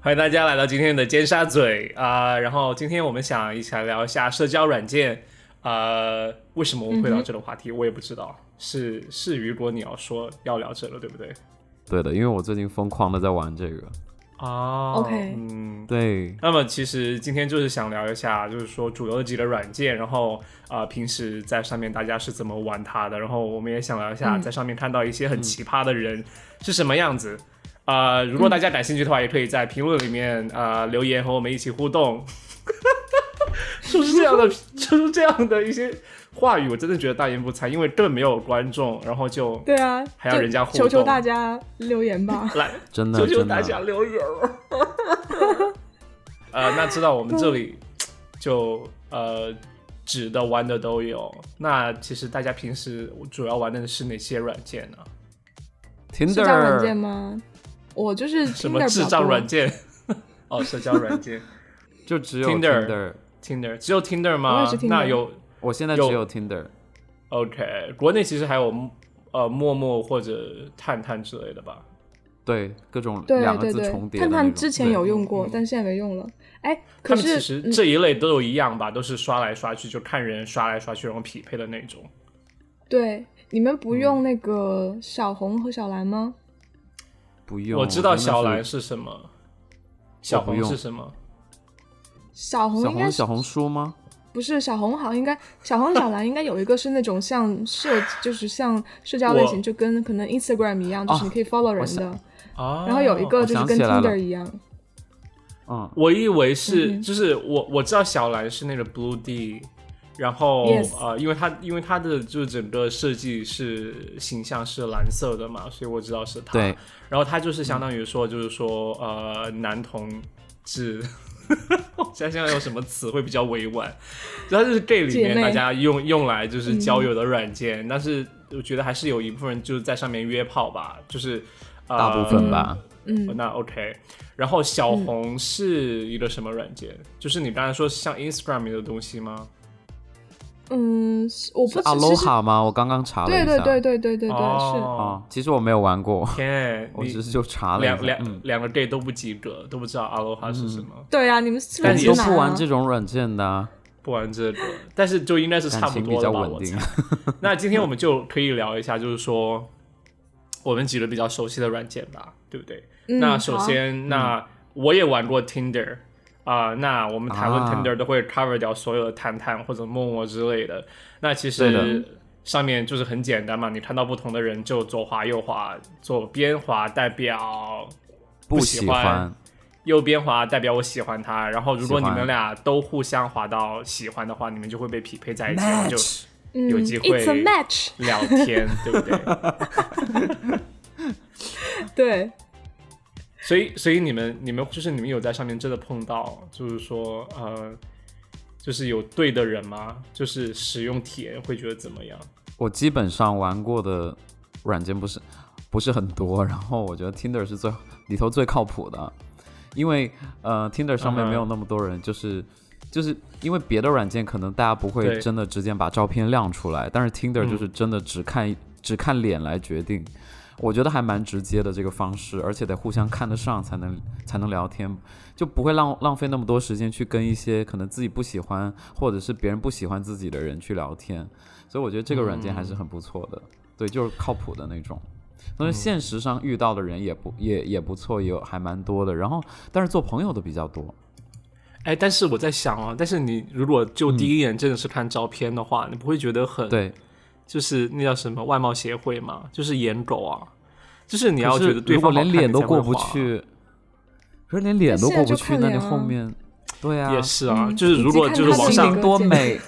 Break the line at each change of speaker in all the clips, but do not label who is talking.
欢迎大家来到今天的尖沙咀啊、然后今天我们想一起来聊一下社交软件，呃，为什么我们会聊这个话题，我也不知道，是是雨果你要说要聊这个对不对？
对的，因为我最近疯狂的在玩这个。
啊
OK
嗯，
对，
那么其实今天就是想聊一下，就是说主流的几个软件，然后啊、呃平时在上面大家是怎么玩它的，然后我们也想聊一下
嗯
在上面看到一些很奇葩的人是什么样子。啊、如果大家感兴趣的话，也可以在评论里面啊、呃留言和我们一起互 动。说出这样的，说出这样的一些话语，我真的觉得大言不惭，因为根本没有观众，然后就
对啊，
还要
就
人家互
求求
动
大家留言吧。
来
真的
求求
真
大家
的，
留言了。呃，那知道我们这里
嗯
就呃指的玩的都有。那其实大家平时主要玩的是哪些软件呢？
社交软件
Tinder
吗？我就是
什
Tinder
么
比
智
较
障
多
软件？ 哦，社交软件
就只有
Tinder
Tinder，
Tinder 只有 Tinder
我
吗
也是？Tinder
那有
我现在只
有
有 Tinder。
OK，国内其实还有呃陌陌或者探探之类的吧。
对，各种
对
两个
对
字
对
重，叠的
探
那
探
种
之前
对
有用
嗯
过
嗯，
但现在没用了。哎，
他
可
们
是
其实
嗯
这一类都有一样吧，都是刷来刷去，就看人刷来刷去，然后匹配的那种。
对你们不用那个小红和小蓝吗？
不用，
我知道
真的
小
是
蓝是什么，小
我不
红
用
是什么？
小红
小
应该
红
是
小红书吗？
不是小红，好像应该小红小蓝应该有一个是那种像社，就是像社交类
我
型，就跟可能 Instagram 一样，就
啊
是你可以 follow 人
想哦
的。
啊
然后有一个就是跟
我想起来了
Tinder 一样，
嗯，
我以为是，
嗯哼
就是我我知道小蓝是那个 Blue D，然后
Yes
呃，因为它因为它的就是整个设计是形象是蓝色的嘛，所以我知道是它。
对，
然后它就是相当于说，就是说呃，男同 志。我想想有什么词汇比较委婉，就它就是 gay 里面
姐妹
大家用用来就是交友的软件，但是我觉得还是有一部分人就是在上面约炮吧，就是、呃、
大部分吧。
嗯
哦，那 OK，然后小红是一个什么软件？就是你刚才说像 Instagram 的东西吗？
嗯，我
是
不其实
Aloha 吗？我刚刚查了一
对
下。
对对对对对对，是
啊
哦，，
其实我没有玩过，
天，
我
你
只是就查了一
两
下。
两
嗯，
两个 gay 都不及格，都不知道 Aloha 是什么，
对啊，你们是不
但
是
你
我
直
都
男
不
啊
玩这种软件的啊，
不玩这个，但是就应该是差
感
不
情比
多
较
了吧？
稳
我
定
猜。。 那今天我们就可以聊一下，就是说我们几个比较熟悉的软件吧，对不对？
嗯
那首
好
先，那我也玩过 Tinder 啊、那我们谈论
啊
Tinder 都会 cover 掉所有的探探或者陌陌之类的。那其
对
实
的
上面就是很简单嘛，你看到不同的人就左滑右滑，左边滑代表
不
喜
喜
欢，右边滑代表我喜欢他。然后如果
喜
你
欢
们俩都互相滑到喜欢的话，你们就会被匹配在一起，然后哎就
match
有
嗯
机
It's a
会
match，
聊天，对不对？
对，
所以，所以你们你们就是你们有在上面真的碰到，就是说呃，就是有对的人吗？就是使用体验会觉得怎么样？
我基本上玩过的软件不是不是很多，然后我觉得 Tinder 是最里头最靠谱的，因为呃 Tinder 上面
嗯哼
没有那么多人，就是。就是因为别的软件可能大家不
对
会真的之间把照片亮出来，但是 Tinder
嗯
就是真的只看、只看脸来决定，我觉得还蛮直接的这个方式，而且得互相看得上才能才能聊天，就不会浪浪费那么多时间去跟一些可能自己不喜欢或者是别人不喜欢自己的人去聊天，所以我觉得这个软件还是很不错的，对，就是靠谱的那种。但
嗯
是现实上遇到的人也不也也不错，也有还蛮多的。然后，但是做朋友的比较多。
哎，但是我在想啊，但是你如果就第一眼真的是看照片的话，你不会觉得很
嗯对，
就是那叫什么外貌协会嘛，就是颜狗啊，就是你
你
要觉得对
如果
方好
连
看
脸都
你才会
过不
滑，
去，可是连脸都过不去，
现在就看
那你
脸啊
后面，对啊，
也是啊，
嗯
就是如果
以及
就
看
是
他
网
性
上
格
多美，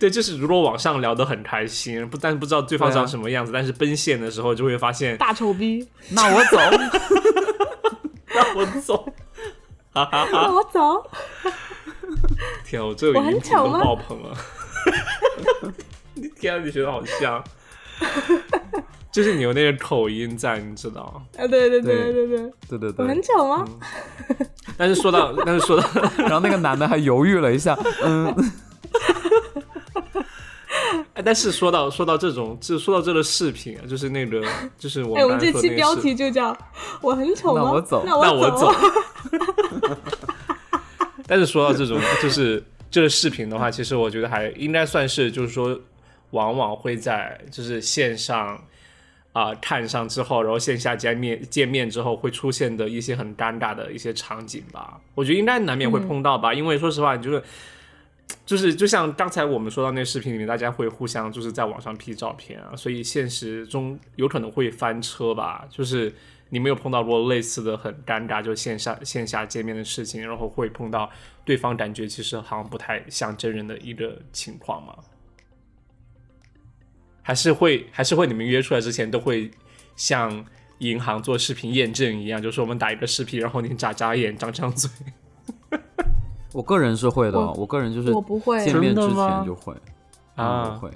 对，就是如果网上聊得很开心，不但不知道对方
对啊
长什么样子，但是奔现的时候就会发现
大丑逼，
那我走。
让我走。啊
那我走。
天啊，我这个
我很
音频
巧
都
吗
爆棚了。 你天啊，你学的好像，就是你有那个口音在，你知道。
啊，对对
对
对对对，
对对
我很
对，
丑
嗯
吗？
但是说到，但是说到，
然后那个男的还犹豫了一下，嗯，
哎但是说到说到这种，就说到这个视频啊，就是那个，就是我
哎，
们
我
刚
们
才
这
说
期
那个
标
视
题就叫“我很丑吗？
那我走
那
那我
我
走， 但是说到这种就是这个视频的话，其实我觉得还应该算是就是说，往往会在就是线上啊、看上之后，然后线下见面见面之后会出现的一些很尴尬的一些场景吧。我觉得应该难
嗯
免会碰到吧，因为说实话，你就是。就是就像刚才我们说到那视频里面，大家会互相就是在网上 P 照片啊，所以现实中有可能会翻车吧。就是你没有碰到过类似的很尴尬，就线上线下见面的事情，然后会碰到对方感觉其实好像不太像真人的一个情况嘛？还是会还是会你们约出来之前都会像银行做视频验证一样，就是我们打一个视频，然后你眨眨眼、张张嘴。
我个人是会的，
我
我个人就是
我不会
见面
真的
之
吗
前就会
啊
嗯我会。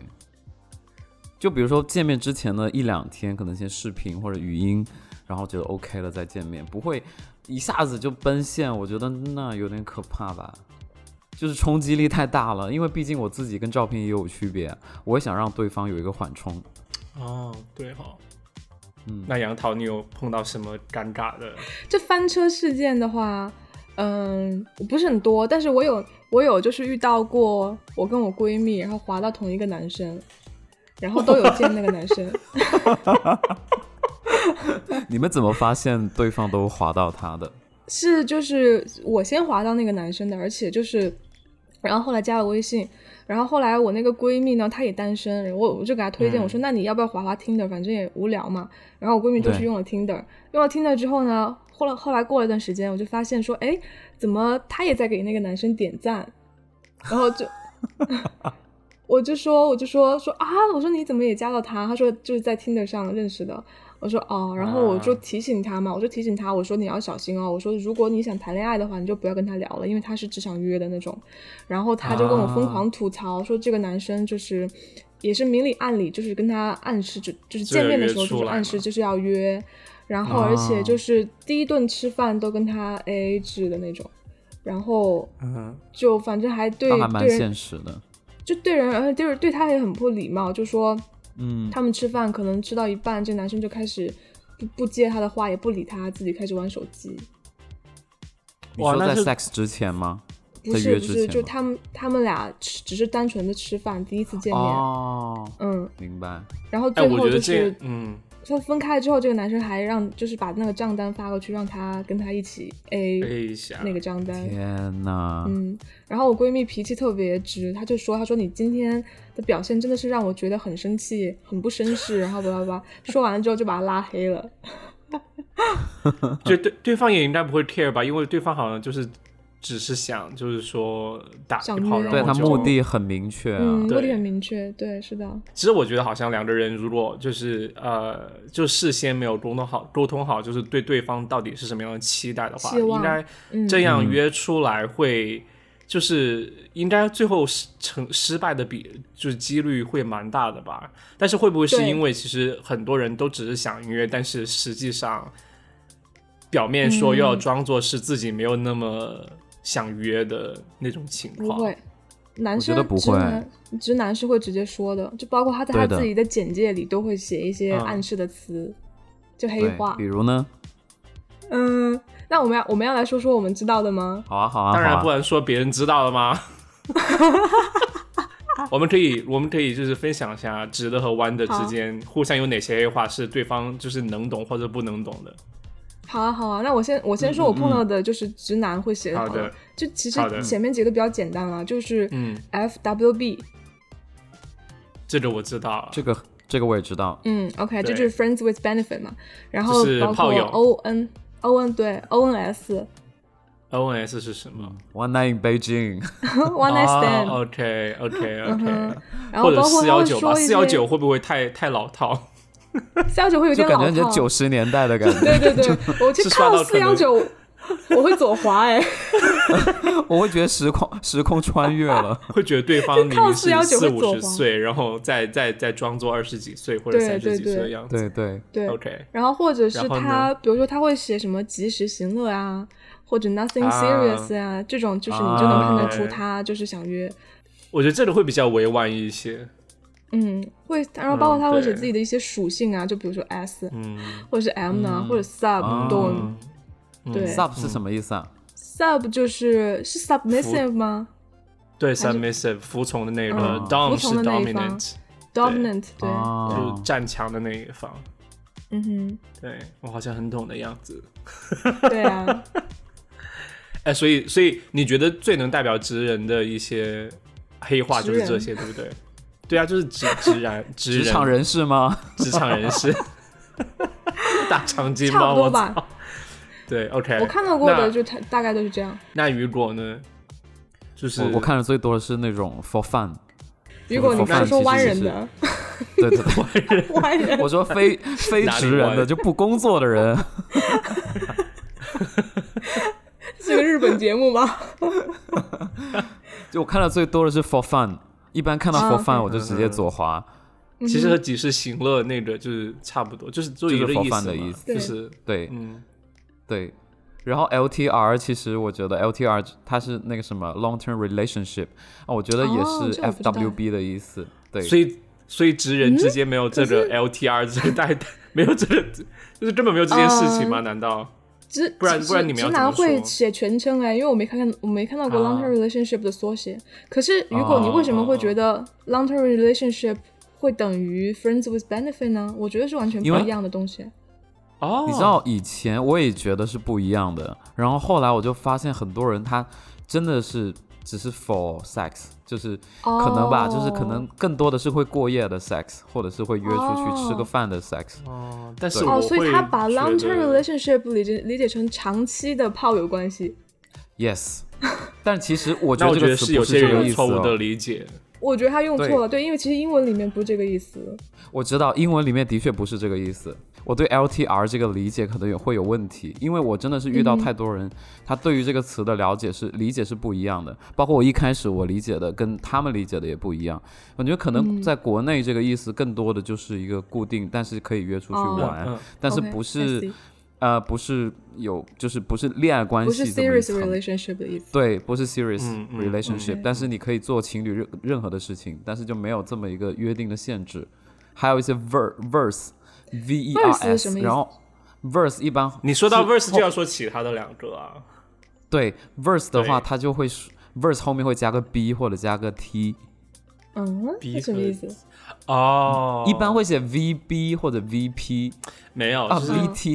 就比如说见面之前的一两天，可能先视频或者语音，然后觉得 OK 了再见面，不会一下子就奔现，我觉得那有点可怕吧。就是冲击力太大了，因为毕竟我自己跟照片也有区别，我也想让对方有一个缓冲。
哦，对哈、
嗯
那杨桃，你有碰到什么尴尬的？
这翻车事件的话，嗯，我不是很多，但是我有我有就是遇到过，我跟我闺蜜，然后滑到同一个男生，然后都有见那个男生，
你们怎么发现对方都滑到他的？
是就是我先滑到那个男生的，而且就是，然后后来加了微信，然后后来我那个闺蜜呢，她也单身，我我就给她推荐，
嗯
我说那你要不要滑滑 Tinder，反正也无聊嘛。然后我闺蜜就
对
去用了 Tinder，用了 Tinder 之后呢，后来后来过了一段时间，我就发现说，哎，怎么她也在给那个男生点赞，然 后就。我就说，我就说说啊，我说你怎么也加到他？她说就是在 Tinder 上认识的。我说哦，然后我就
啊
提醒他嘛，我就提醒他，我说你要小心哦，我说如果你想谈恋爱的话，你就不要跟他聊了，因为他是只想约的那种。然后他就跟我疯
啊
狂吐槽、说这个男生就是也是明里暗里，就是跟他暗示，就就是见面的时候
这
就
个约出
是
来
暗示就是要约，然后
啊
而且就是第一顿吃饭都跟他 A A 制的那种，然后
嗯，
就反正还对
那还蛮
对人
现实的。
就对人，而且就是对他也很不礼貌，就说
嗯，
他们吃饭可能吃到一半，这男生就开始不不接他的话，也不理他，自己开始玩手机。
你
哇
说
那
在
是
sex 之前吗？
不
在
是不
约之
是，
前
就
吗
他们他们俩吃只是单纯的吃饭，第一次见面，
哦，
嗯，
明白。
然后
哎，
最
我
后
觉
就
得这
是，
嗯，
他分开之后，这个男生还让就是把那个账单发过去，让他跟他一起 A
背一下
那个账单。
天呐，
嗯，然后我闺蜜脾气特别直，她就说：“她说你今天的表现真的是让我觉得很生气，很不绅士。”然后巴拉巴拉，说完了之后就把他拉黑了。
就对对方也应该不会 care 吧，因为对方好像就是只是想就是说打
想
一炮，
约
然后
对他
就
目的很明确啊。
嗯，目
对
的很明确，对，是的，
其实我觉得好像两个人如果就是呃，就事先没有沟通好，沟通好就是对对方到底是什么样的期待的话，
期望
应该
嗯
这样约出来会。就是应该最后失成失败的比就是几率会蛮大的吧，但是会不会是
对
因为其实很多人都只是想约，但是实际上表面说又要
嗯
装作是自己没有那么想约的那种情
不
况？
会。男
我觉
生
得不
直
会
男直男是会直接说的，就包括他在
对
他
的
自己的简介里都会写一些
嗯
暗示的词，就黑
对，
话
比。如呢？
嗯，那我们要我们要来说说我们知道的吗？
好啊，好啊，
当然
好啊
不能说别人知道了吗？ 我们可以，我们可以就是分享一下直的和弯的之间互相有哪些黑话是对方就是能懂或者不能懂的。
好啊好啊，那我先我先说我碰到的就是直男会写
嗯
的
好
好了，
的，
就其
好的
实前面几个比较简单了，就是
嗯，
F W B，
这个我知道了。
这个这个我也知道。
嗯，OK，这
对
就是 Friends with Benefit 嘛，然后
就是
包括
炮友
O N O N 对 O N S
O N S 是什么
One night in Beijing，
嗯 One
嗯
Night Stand，、
o k OK
嗯
OK，
哼，然
啊哦或
后
者
包括
四
他
幺
会
九吧，
说一
四
些
幺九会不会太太老套？
四幺九会有
就
点老
感觉
套，
人家九十年代的感觉。
对对对，我去
是刷
看
到可
四
能
幺九，我会左滑哎、
我会觉得时空时空穿 越了。
会觉得对方明
靠
明是
419
四
会
五
左
十
滑
岁，然后再再再装作二十几岁或者
对
三十
对
几岁
对
的样子。
对对，
对，
OK，
然后或者是
然后呢
他，比如说他会写什么及时行乐啊，或者 nothing
啊
serious 啊，这种就是你就能看得出他就是想约，
我觉得这个会比较委婉一些。
嗯，会，然后包括他会
嗯
写
对
自己的一些属性啊，就比如说 S
嗯
或者是 M 呢，
嗯
或者 sub
啊
多
嗯
文，对
，sub 是什么意思啊？
sub 就是是 submissive 吗
对
是
submissive 服从的那个、
嗯
dom
服
是
从的那一方
dominant，
？dominant
就
对，
哦
占强的那一方。
嗯
对我好像很懂的样子。
哼，对啊，
哎，所以所以你觉得最能代表直人的一些黑话就是这些，对不对？对啊，就是直直然直
职场
人
人士吗？
职场人士，大长今
差
吗？
不多
我
吧
操！对，OK，
我看到过
那
的就它大概都是这样。
那雨果呢？就是
我我看的最多的是那种 for fun，
如果你不是说弯人的，
对对对，
弯人
我说非非
哪里
职人
歪
的就不工作的 人，
是个日本节目吗？
就我看的最多的是 for fun，一般看到 for
啊
fun 我就直
嗯
接左滑，
其
嗯
实和及时行乐那个就是差不多，就是做一
就
个
是
意
for
思
fun 的
嘛
意思
就
对
是
对
嗯，
对。然后 LTR 其实我觉得 LTR 它是那个什么 long term relationship 啊，我觉得也
哦
是
这我不知道
FWB 的意思，对，
所以所以直人
嗯
之间没有这个 LTR 这个代，没有这个，就是根本没有这件事情
嗯
吗？难道？
直
不然
直
不然你们要
直
怎
男
么说
会写全称哎，因为我没看看我没看到过
啊
long term relationship 的缩写。可是如果你为什么会觉得 long term relationship 会等于 friends with benefit 呢？我觉得是完全不
因为
一样的东西。
哦，
你知道以前我也觉得是不一样的，然后后来我就发现很多人他真的是只是 for sex，就是
哦
可能吧，就是可能更多的是会过夜的 sex，或者是会约出去吃个
哦
饭的 sex。
哦，但是
对
我
哦，所以
会
他把
觉
long term
得
relationship 理解理解成长期的炮友关系。
Yes，但其实我觉
那
得
我
这
觉
个
得
词
是
不
有
是
些
这个
人
意
有
思、
错误的
哦。
理解。
我觉得他用
对
错了，对，因为其实英文里面不是这个意思。
我知道英文里面的确不是这个意思。我对 LTR 这个理解可能也会有问题，因为我真的是遇
嗯
到太多人，他对于这个词的了解是理解是不一样的。包括我一开始我理解的跟他们理解的也不一样。我觉得可能
嗯
在国内这个意思更多的就是一个固定，但是可以约出去
哦
玩，
嗯，
但是
OK，
不
I
是
see
呃不是有就是不是恋爱关
不是
系这么一
serious
层
relationship 的意思。
对，不是 serious
嗯嗯
relationship，、
嗯
但是你可以做情侣任任何的事情，但是就没有这么一个约定的限制。还有一些 ver verse v e r
verse 是什
s，
么意思
然后 verse 一般
你说到
是
verse
后
就要说其他的两个啊。
对 verse 的话，
对
它就会是 verse 后面会加个 b 或者加个 t，、
嗯，
逼
是什么
和
意思？
哦，
一般会写 vb 或者 vp
没有，
啊
就是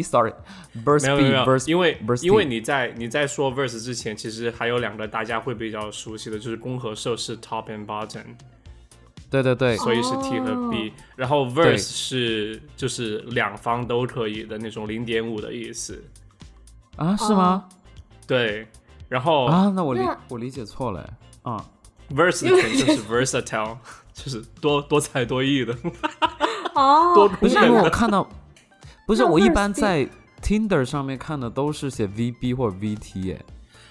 vt，sorry，verse
没有没
b
有没有，
verse
因为
verse
因为
T
你在你在说 verse 之前，其实还有两个大家会比较熟悉的，就是公和社是 top and bottom，
对对对
所以是 T 和 B，、然后
哦对
verse 是就是两方都可以的那种零点五的意思，
啊是吗？
对，然后
啊，那我理
哦那
我理解错了啊。
verse
因
的
为
全称是 versatile，就是多多才多艺的，
哦，
多
不是
那
因为
我
我看到， 不是
那
我一般
Verse
在 Tinder 上面看的都是写 VB 或者 VT 耶，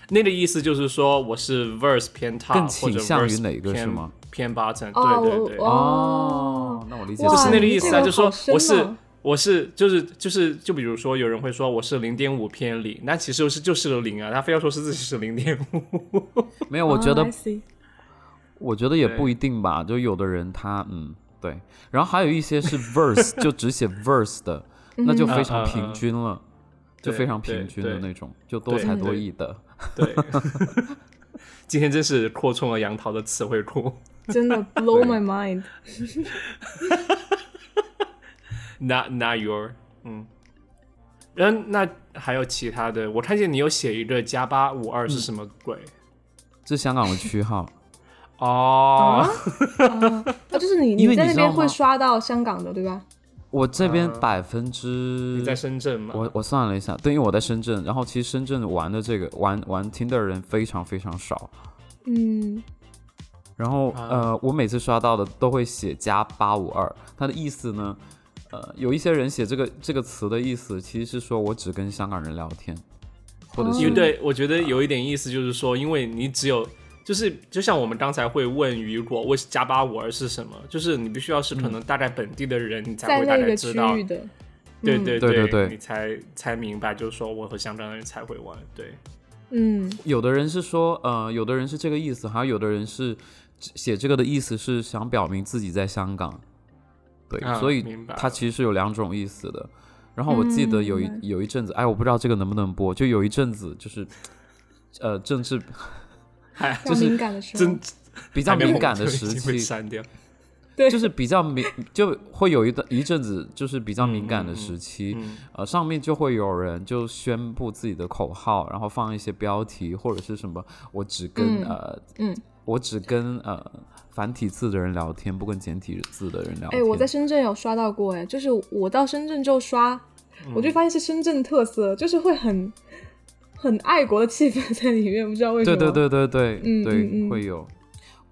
那个意思就是说我是 verse 偏 top，
更倾向
或
于
者 verse
哪一个
偏
是吗？
偏 bottom，
哦
对对对，
我哦，
那我理解
哇
就是
错了
那个
你
意思啊，
这
就
个
说
好深
我是
哦
我是就是就是就比如说有人会说我是零点五偏零，那其实就是就是个零啊，他非要说是自己是零点五，
没有，我觉得
哦，I see
我觉得也
对
不一定吧，就有的人他嗯对，然后还有一些是 verse 就只写 verse 的，那就非
嗯
常
嗯
平
嗯
均了，就
对
非常
对
平均的
对
那种，就多
对
才多
对
艺的。
对。 今天真是扩充了杨桃的词汇库。
真的 blow my mind。
Not not your，嗯，然后那还有其他的，我看见你有写一个加八五二
嗯
是什么鬼？
这是香港的区号，
哦，
啊，就是你
因为
在
你
那
知道
边会
吗
刷到香港的，对吧？
我这边
啊
百分之
你在深圳吗？
我我算了一下，对，因为我在深圳，然后其实深圳玩的这个玩玩 Tinder 的人非常非常少，
嗯，
然后、
啊
呃，我每次刷到的都会写加八五二，它的意思呢，呃，有一些人写这个这个词的意思，其实是说我只跟香港人聊天，或者
哦
是、
因为对，我觉得有一点意思，就是说，因为你只有就是就像我们刚才会问雨果为加八五二是什么，就是你必须要是可能大概本地的人，你才
嗯在
会大
那
概
个
知
区
道
域，的，
对
嗯
对
对对对
你才才明白，就是说我和香港人才会玩， 对，
嗯，
有的人是说，呃，有的人是这个意思，还有有的人是写这个的意思是想表明自己在香港，对，
啊
所以
明白
它其实是有两种意思的。然后我记得有一、
嗯明白
有一阵子，哎，我不知道这个能不能播，就有一阵子就是，呃，政治
还
要
是
敏感的时候，
真
比
比
较敏感的时
被
期，
删掉。
对
就是比较敏，就会有一段一阵子就是比较敏感的时期，
嗯
呃，上面就会有人就宣布自己的口号，然后放一些标题或者是什么，我只跟、
嗯
呃，
嗯，
我只跟呃繁体字的人聊天，不跟简体字的人聊
哎、
天。
我在深圳有刷到过，哎，就是我到深圳之后刷，
嗯
我就发现是深圳特色，就是会很很爱国的气氛在里面，不知道为什
对
么。
对对对对、
嗯
对、
嗯嗯
会有。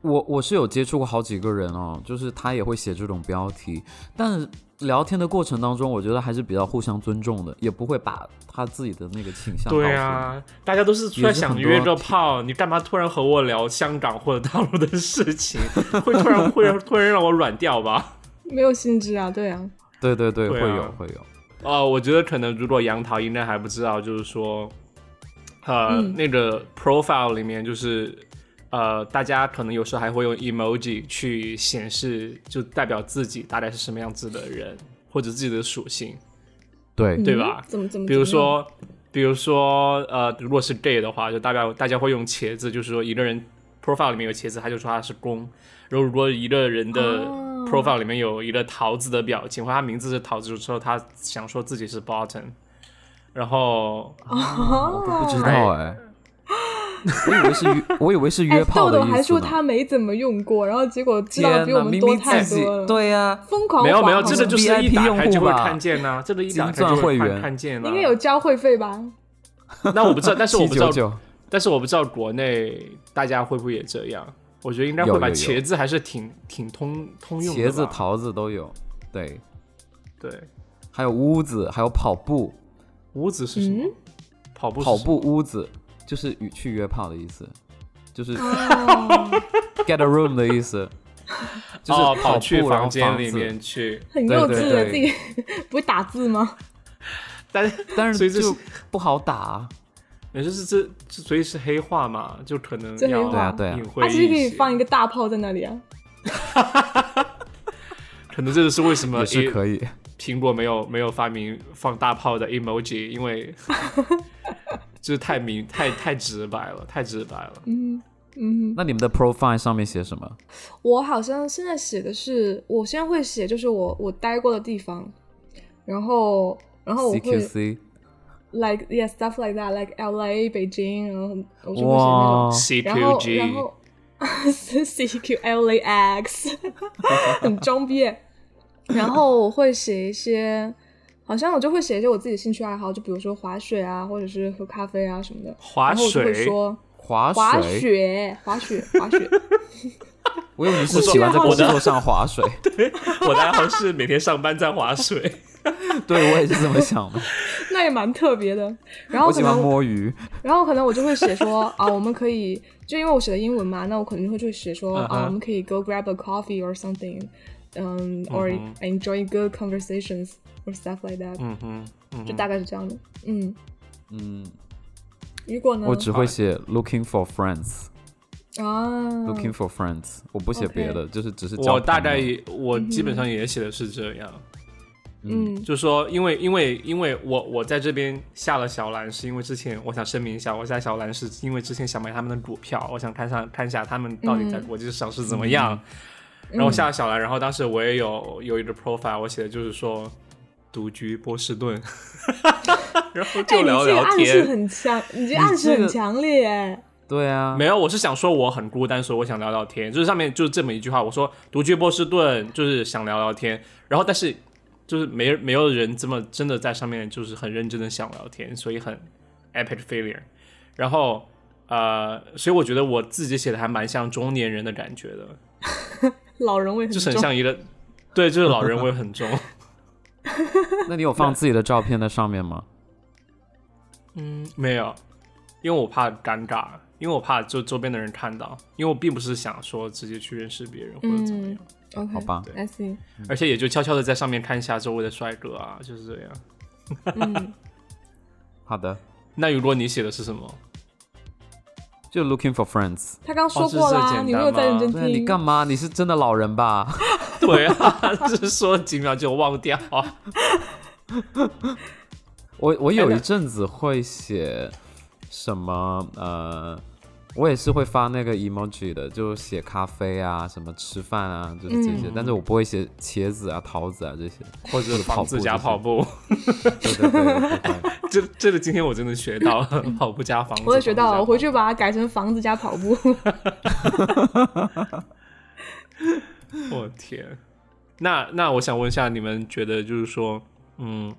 我我是有接触过好几个人哦，就是他也会写这种标题，但是聊天的过程当中，我觉得还是比较互相尊重的，也不会把他自己的那个倾向告诉
对
你。
啊，大家都是出来
也是
想
很多
约个炮，你干嘛突然和我聊香港或者大陆的事情？ 会突然会突然让我软掉吧？
没有心知啊，对啊，
对对对，
对啊
会有会有。
哦，我觉得可能如果杨桃应该还不知道，就是说，呃，
嗯
那个 profile 里面就是。呃，大家可能有时候还会用 emoji 去显示，就代表自己大概是什么样子的人，或者自己的属性。
对，
对吧
嗯怎么怎么？
比如
怎么样，
说，比如说，呃，如果是 gay 的话，就代表大家会用茄子，就是说一个人 profile 里面有茄子，他就说他是公；然后如果一个人的
哦
profile 里面有一个桃子的表情，或者他名字是桃子的时候，他想说自己是 bottom。然后
我都不知道哎， 我以为是约，我以为是
哎
约，炮
豆
的
豆
意思呢。
还说他没怎么用过，然后结果知
天
道
呐，
比我们
明
多
明
太
自己
多了，，
对呀、
疯狂
没有
划
没有，
好
这个
吗
就是一
VIP
打开就会
用户吧
看见呐、这个一打开
金钻
就会
会
看
员
看见呐、
应该有交会费吧？
那我不知道，但是我
七
不知道
九九，
但是我不知道国内大家会不会也这样。我觉得应该会
有
吧，
有有
茄子还是挺挺通通用的吧。
茄子、桃子都有，对，
对，
还有屋子，还有跑步，
五子是什么？
嗯，
跑步是
跑
什么
步屋子就是与去约炮的意思，就是
哦，
get a room 的 意思，就是
哦跑
跑
去
步然后
房
房
间里
子，
面去，
很幼
对
稚
对
的，
对
自己 不会打字 吗？
但是
但
所以
是
这是
就不好打，啊
也就是这这所以是黑化嘛，就可能
真黑
要
化对啊
对啊
隐晦
他其实可
一
以
些。
放一个大炮在那里啊。
可能这就是为什么
也是
A-
可以。
苹果没有没有发明放大炮的 emoji，因 为就是太明太太直白了，太直白了。
嗯嗯，
那你们的 profile 上面写什么？
我好像现在写的是，我现在会写就是我我待过的地方，然后然哦后我会
CQC，
like yeah stuff like that like L A 北京，然后我就会写那种
哇，
然后然
CQG
后 C Q L A X，很装逼耶。然后我会写一些，好像我就会写一些我自己的兴趣爱好，就比如说滑雪啊，或者是喝咖啡啊什么的。
划
然后我就会
水，
说
滑
滑
水，
雪，滑雪，滑雪。
我以为你是
我
喜欢在
我
工
的
作上滑水，
我的爱好是每天上班在划水。
对我也是这么想的。
那也蛮特别的。然后
我
可
喜欢
能，
摸鱼，
然后可能我就会写说啊，我们可以，就因为我写的英文嘛，那我可能会就会写说
嗯哼
啊，我们可以 go grab a coffee or something，嗯、o r
嗯
enjoy good conversations or stuff like that，、
嗯哼，嗯
就
哼
大概是这样的。嗯，
嗯，
雨果呢？
我只会写 looking for friends。
啊
Looking for friends，我不写
OK
别的，就是只是交
我大
朋
概
友
也我基本上也写的是这样，
嗯
就是说，因为因为因为我我在这边下了小蓝，是因为之前我想声明一下，我下小蓝是因为之前想买他们的股票，我想看上看一下他们到底在
嗯
国际市场是怎么样，然后我下了小蓝，然后当时我也有有一个 profile，我写的就是说独居波士顿， 然后
哎，
就
你
聊
这个
聊
暗示
天。
很强，你这个暗示很强烈耶。
对啊，
没有，我是想说我很孤单，所以我想聊聊天。就是上面就是这么一句话，我说独居波士顿就是想聊聊天，然后但是就是没没有人这么真的在上面就是很认真的想聊天，所以很 epic failure。然后呃，所以我觉得我自己写的还蛮像中年人的感觉的，
老人味很
就
重，
是很像一个对，就是老人味很重。
那你有放自己的照片在上面吗？
嗯，没有，因为我怕尴尬，因为我怕就周边的人看到，因为我并不是想说直接去认识别人或者怎么样。
嗯，OK，
好吧
，I see，
而且也就悄悄的在上面看一下周围的帅哥 啊，就是这样。
嗯，
好的，
那如果你写的是什 么？
就 looking for friends。
他刚
哦
说
这
过
这
啦，
简
你没
单
有在认
吗
真
对啊，你
听。
干嘛？你是真的老人吧？
对啊，就是说几秒就忘掉啊。
我我有
哎
一
那
阵子会写什么呃，我也是会发那个 emoji 的，就写咖啡啊、什么吃饭啊，就是这
嗯
些，但是我不会写茄子啊、桃子啊这些，或者是跑
房
步
子加
这 些
跑，步，
对对对对对 对
这这个今天我真的学到了，跑步加房子，
我也学到了，我回
房子
去把它改成房子加跑步。
啊加跑步。我天，那那我想问一下，你们觉得就是说，嗯，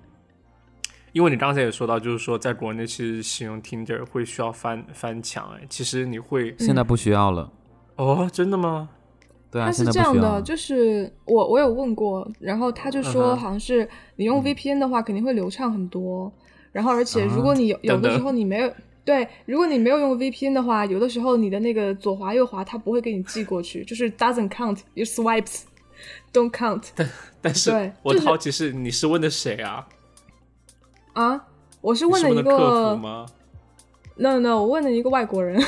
因为你刚才也说到，就是说在国内其实使用 Tinder 会需要翻翻墙，哎，其实你会
嗯
现在不需要了，
哦，真的吗？
对啊，
它
现
是
在
这样
不需要
的，
了。
就是我我有问过，然后他就说
嗯哼嗯
好像是你用 VPN 的话肯定会流畅很多，然后而且如果你有有
啊等等
的时候你没有对，如果你没有用 VPN 的话，有的时候你的那个左滑右滑它不会给你寄过去，就是 doesn't count your swipes don't count
但是
对
我
就
的
是
好奇是你是问的谁啊？
啊。我是
你
问
是
了
问
一
的客
个
服吗？
no no，我问了一个外国人，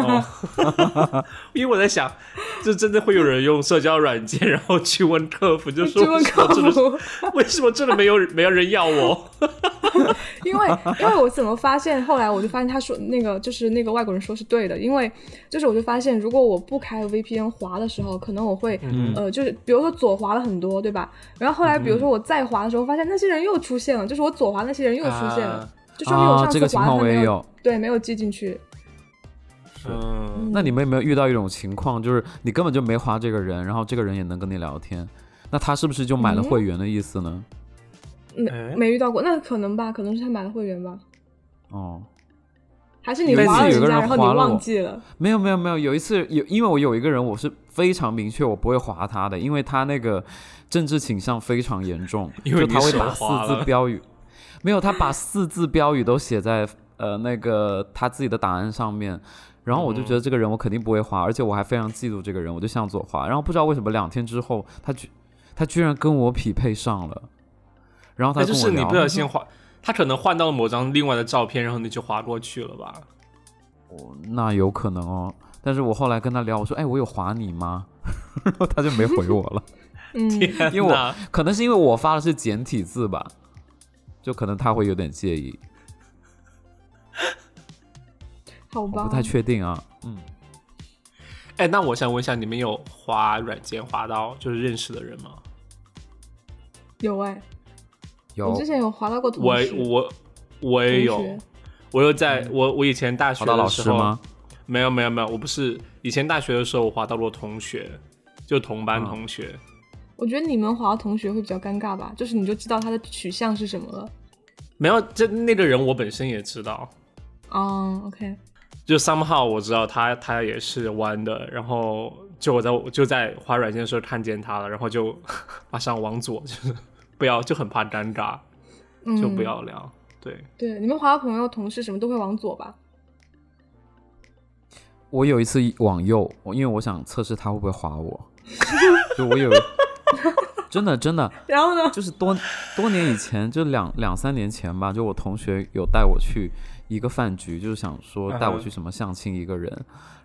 哦，因为我在想，这真的会有人用社交软件，然后去问客服，就 说
就问客
为什么这
服
里，为什么这里没有没有人 要我？
因为因为我怎么发现，后来我就发现他说那个就是那个外国人说是对的，因为就是我就发现，如果我不开 VPN 滑的时候，可能我会、
嗯
呃就是比如说左滑了很多，对吧？然后后来比如
嗯
说我再滑的时候，发现那些人又出现了，就是我左滑那些人又出现了，
啊
就说明我
啊
上
这个
次
情
滑
况
的
我也
没
有
对没有记进去，
嗯，
那你们有没有遇到一种情况，就是你根本就没划这个人，然后这个人也能跟你聊天，那他是不是就买
嗯
了会员的意思呢？
没
哎
没遇到过，那可能吧，可能是他买了会员吧，
哦，
还是你
类似
滑了
有
人
个
家，
人
然后
滑
你
了我
忘记了。
没有没有没有，有一次有，因为我有一个人，我是非常明确我不会划他的，因为他那个政治倾向非常严重，
因为
就
你
他会
手
把四
滑了
字标语，没有他把四字标语都写在呃那个他自己的档案上面。然后我就觉得这个人我肯定不会划，而且我还非常嫉妒这个人，我就向左划。然后不知道为什么两天之后，他居他居然跟我匹配上了，然后
那
他
哎就
跟我
是你
聊，
不小心划，他可能换到了某张另外的照片，然后你就划过去了吧？
那有可能哦。但是我后来跟他聊，我说：“哎，我有划你吗？” 然后他就没回我了。
嗯，
天
因为
哪
我可能是因为我发的是简体字吧，就可能他会有点介意，
好
我
吧
不，太确定啊。嗯，
哎，那我想问一下，你们有划软件划到就是认识的人吗？
有哎、
有
我之前有滑到过同
我
事，
我我
同
也
学
有，我有在我我以前大学
找
的
到
时候
老师吗？
没有没有没有，我不是以前大学的时候我滑到过同学，就同班同学。
我觉得你们滑到同学会比较尴尬吧，就是你就知道他的取向是什么了。
没有，这那个人我本身也知道，
嗯，OK，
就 somehow 我知道他他也是弯的，然后就我在就在滑软件的时候看见他了，然后就 马上往左，就是不要就很怕尴尬，
嗯，
就不。要聊。对，
对，你们滑到朋友、同事什么都会往左吧？
我有一次往右，我因为我想测试他会不会划我， 就我有 真的真的
然后 呢？
就是多多年以前，就两两三年前吧，就我同学有带我去一个饭局，就是想说
嗯
带我去什么相亲一个人，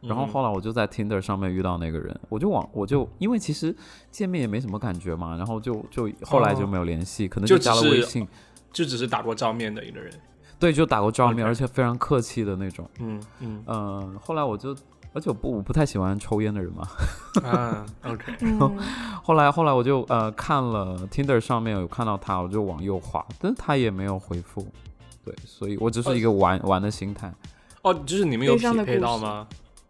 然后后来我就在 Tinder 上面遇到那个人，我就往我就因为其实见面也没什么感觉嘛，然后就就后来就没有联系，可能
哦就
加了
只是
微信，
就只是打过照面的一个人。
对，就打过照面，而且非常客气的那种。
嗯嗯
嗯、后来我就。而且我不我不太喜欢抽烟的人嘛，
啊，OK，
嗯，
后来后来我就呃看了 Tinder 上面有看到他，我就往右滑，但是他也没有回复，对，所以我只是一个玩、玩的心态，
哦，就是你们有
悲伤
匹
的
配
故
到
事
吗？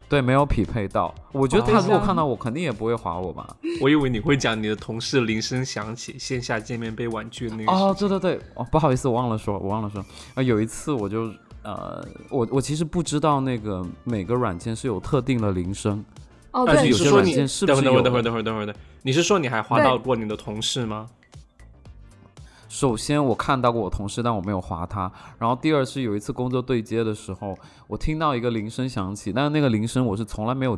对，没有匹配到。我觉得
哦
他如果看到我，肯定也不会划我吧？
我以为你会讲你的同事铃声响起，线下见面被婉拒的那个事。
哦，对对对，哦，不好意思，我忘了说，我忘了说，呃，有一次我就呃，我我其实不知道那个每个软件是有特定的铃声，
哦，
但
对，
是
你
有
是
些
说
软
你
件
等
是
会
不
儿
是
等会儿
有
等会儿
的
等会儿等会儿等会儿，你是说你还划
对
到过你的同事吗？
首先我看到过我同事，但我没有划他。然后第二是有一次工作对接的时候，我听到一个铃声响起，但是那个铃声我是从来没有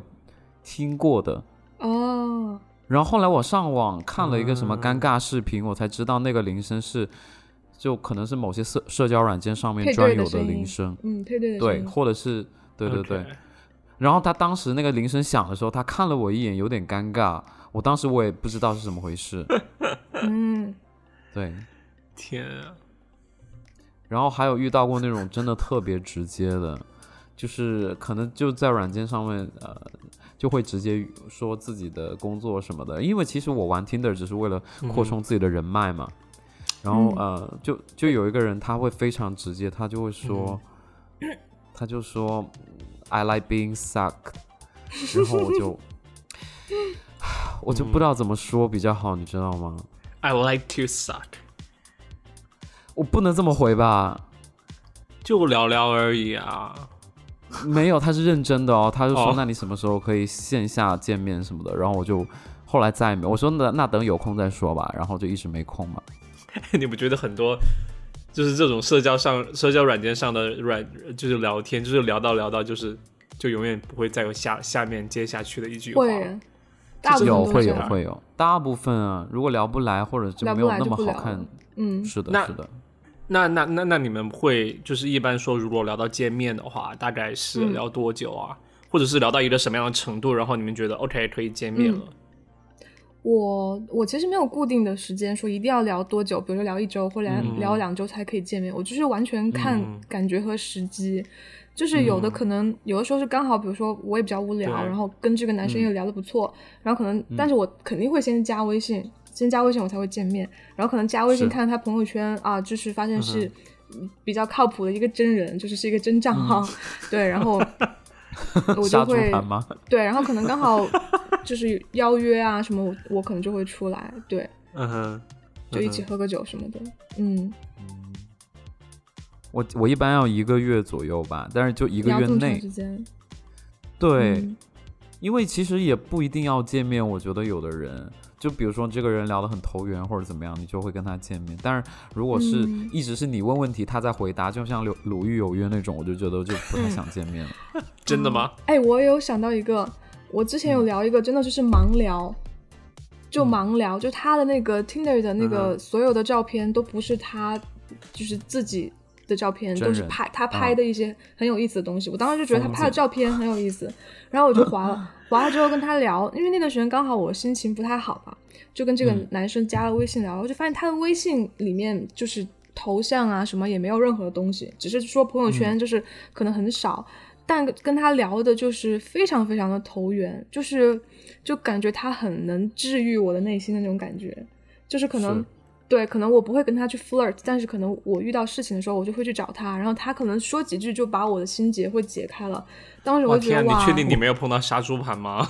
听过的。
哦，
然后后来我上网看了一个什么
嗯
尴尬视频，我才知道那个铃声是，就可能是某些社社交软件上面
配
专
对
有
的
的
声
铃
音
声，
嗯，配对的声
对，
音
或者是对对
OK
对。然后他当时那个铃声响的时候，他看了我一眼，有点尴尬。我当时我也不知道是怎么回事，
嗯，
对，
天啊！
然后还有遇到过那种真的特别直接的，就是可能就在软件上面，呃，就会直接说自己的工作什么的。因为其实我玩 Tinder 只是为了扩充自己的人脉嘛。然后呃，就就有一个人他会非常直接，他就会说，他就说 I like being sucked，然后我就我就不知道怎么说比较好，你知道吗？
I would like to suck，
我不能这么回吧？
就聊聊而已啊。
没有，他是认真的哦。他就
哦
说：“那你什么时候可以线下见面什么的？”然后我就后来再也没有我说那那等有空再说吧。然后就一直没空嘛。
你不觉得很多就是这种社交上、社交软件上的软，就是聊天，就是聊到聊到，就是就永远不会再有下下面接下去的一句话。
会，大部分
有
都
会
这
有
样
会有，大部分啊，如果聊不来或者就
聊
没
不
有
来
那
就
么
不
好
聊
看
了，嗯，
是的，
那
是的。
那那那那你们会就是一般说，如果聊到见面的话，大概是
嗯
聊多久啊？或者是聊到一个什么样的程度，然后你们觉得 OK 可以见面了？
我我其实没有固定的时间说一定要聊多久，比如说聊一周或聊、
嗯
聊两周才可以见面，我就是完全看
嗯
感觉和时机。就是有的可能、有的时候是刚好，比如说我也比较无聊，
对
然后跟这个男生又聊得不错，然后可能、但是我肯定会先加微信，先加微信我才会见面，然后可能加微信
是
看看他朋友圈啊，就是发现是比较靠谱的一个真人，就是是一个真账号，对，然后我就
杀猪
会
盘吗？
对，然后可能刚好就是邀约啊什么，我我可能就会出来，对，
嗯哼，
就一起喝个酒什么的，嗯，
我我一般要一个月左右吧，但是就一
一
个月
这么长
内
时，间，
对，
嗯
因为其实也不一定要见面，我觉得有的人，就比如说这个人聊得很投缘或者怎么样，你就会跟他见面。但是如果是、
嗯
一直是你问问题，他在回答，就像鲁鲁豫有约那种，我就觉得就不
嗯
太想见面了。
哦
嗯真的吗？
哎，我有想到一个，我之
嗯
前有聊一个，真的就是盲聊，就盲聊，就他的那个 Tinder 的那个
嗯
所有的照片都不是他，就是自己的照片，
真
都是
人
拍他
啊
拍的一些很有意思的东西。我当时就觉得他
疯
拍的
子
照片很有意思，然后我就划 了，划了之后跟他聊，因为那段时间刚好我心情不太好嘛，就跟这个
嗯
男生加了微信聊，然后就发现他的微信里面就是头像啊什么也没有任何东西，只是说朋友
嗯
圈就是可能很少，但跟他聊的就是非常非常的投缘，就是就感觉他很能治愈我的内心的那种感觉，就是可能
是
对，可能我不会跟他去 flirt，但是可能我遇到事情的时候，我就会去找他，然后他可能说几句就把我的心结会解开了。当时嗯我
我
就觉
天
得
啊，
哇，
你确定你没有碰到杀猪盘 吗？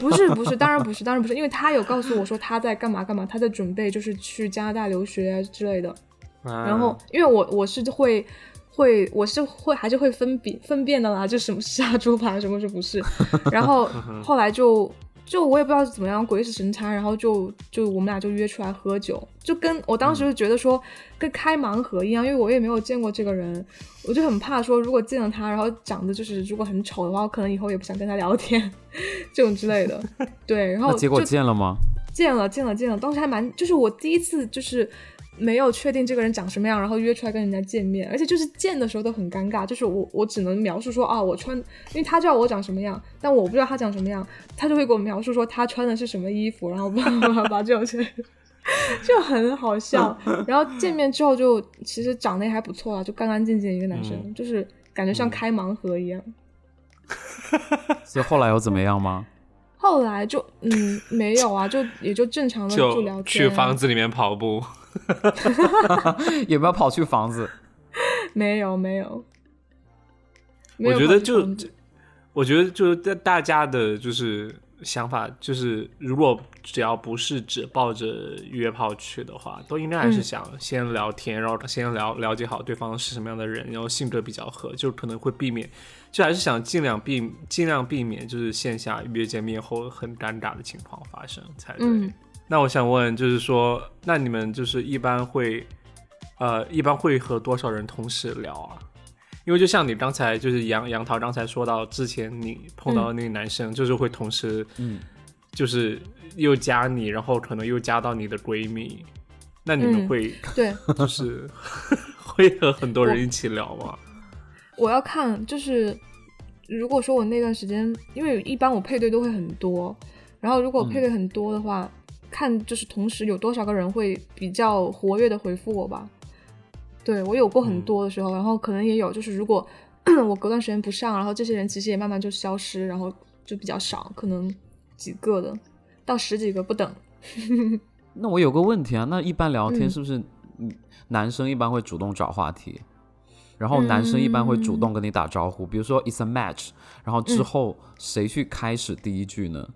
不是不是， 当然不是，当然不是，因为他有告诉我说他在干嘛干嘛，他在准备就是去加拿大留学啊之类的。然
嗯
然
后因为我我是会会我是会还是会分辨分辨的啦，就什么是杀猪盘，什么是不 是。然后
嗯
后来就就我也不知道怎么样鬼使神差，然后就就我们俩就约出来喝酒，就跟我当时就觉得说、跟开盲盒一样，因为我也没有见过这个人，我就很怕说如果见了他，然后长得就是如果很丑的话，我可能以后也不想跟他聊天 这种之类的。对，然后
那结果
就
见了吗？
见了见了见了，当时还蛮就是我第一次就是没有确定这个人长什么样，然后约出来跟人家见面，而且就是见的时候都很尴尬，就是我我只能描述说啊我穿，因为他知道我长什么样，但我不知道他长什么样，他就会给我描述说他穿的是什么衣服，然后 叭叭叭叭这种事。就很 好笑，然后见面之后就其实长得也还不错啊，就干干净净一个男生，
嗯
就是感觉像开盲盒一样。
所以后来又怎么样吗？
后来就嗯没有啊，就也就正常的就聊
就
天，
去
啊
房子里面跑步，
有没有跑去房子？
没有没有，没
我
有
觉
跑
得
去
就
房子
我觉得就是大大家的就是想法，就是如果只要不是只抱着约炮去的话，都应该
嗯
还是想先聊天，然后先了了解好对方是什么样的人，然后性格比较合，就可能会避免，就还是想尽量避尽量避免就是线下约见面后很尴尬的情况发生才对。
嗯，
那我想问，就是说，那你们就是一般会，呃，一般会和多少人同时聊啊？因为就像你刚才就是杨杨桃刚才说到，之前你碰到的那个男生，就是会同时，
嗯，
就是又加你，然后可能又加到你的闺蜜，那你们
嗯
会
对，
就是会和很多人一起聊吗？
我要看就是，如果
嗯
说我那段时间，因为一般我配对都会很多，然后如果我配对很多的话，看就是同时有多少个人会比较活跃的回复我吧。对我有过
嗯
很多的时候，然后可能也有就是如果 我隔段时间不上，然后这些人其实也慢慢就消失，然后就比较少，可能几个的到十几个不等。
那我有个问题啊，那一般聊天
嗯
是不是嗯男生一般会主动找话题，然后男生一般会主
嗯
动跟你打招呼，比如说 it's a match，然后之后谁去开始第一句呢？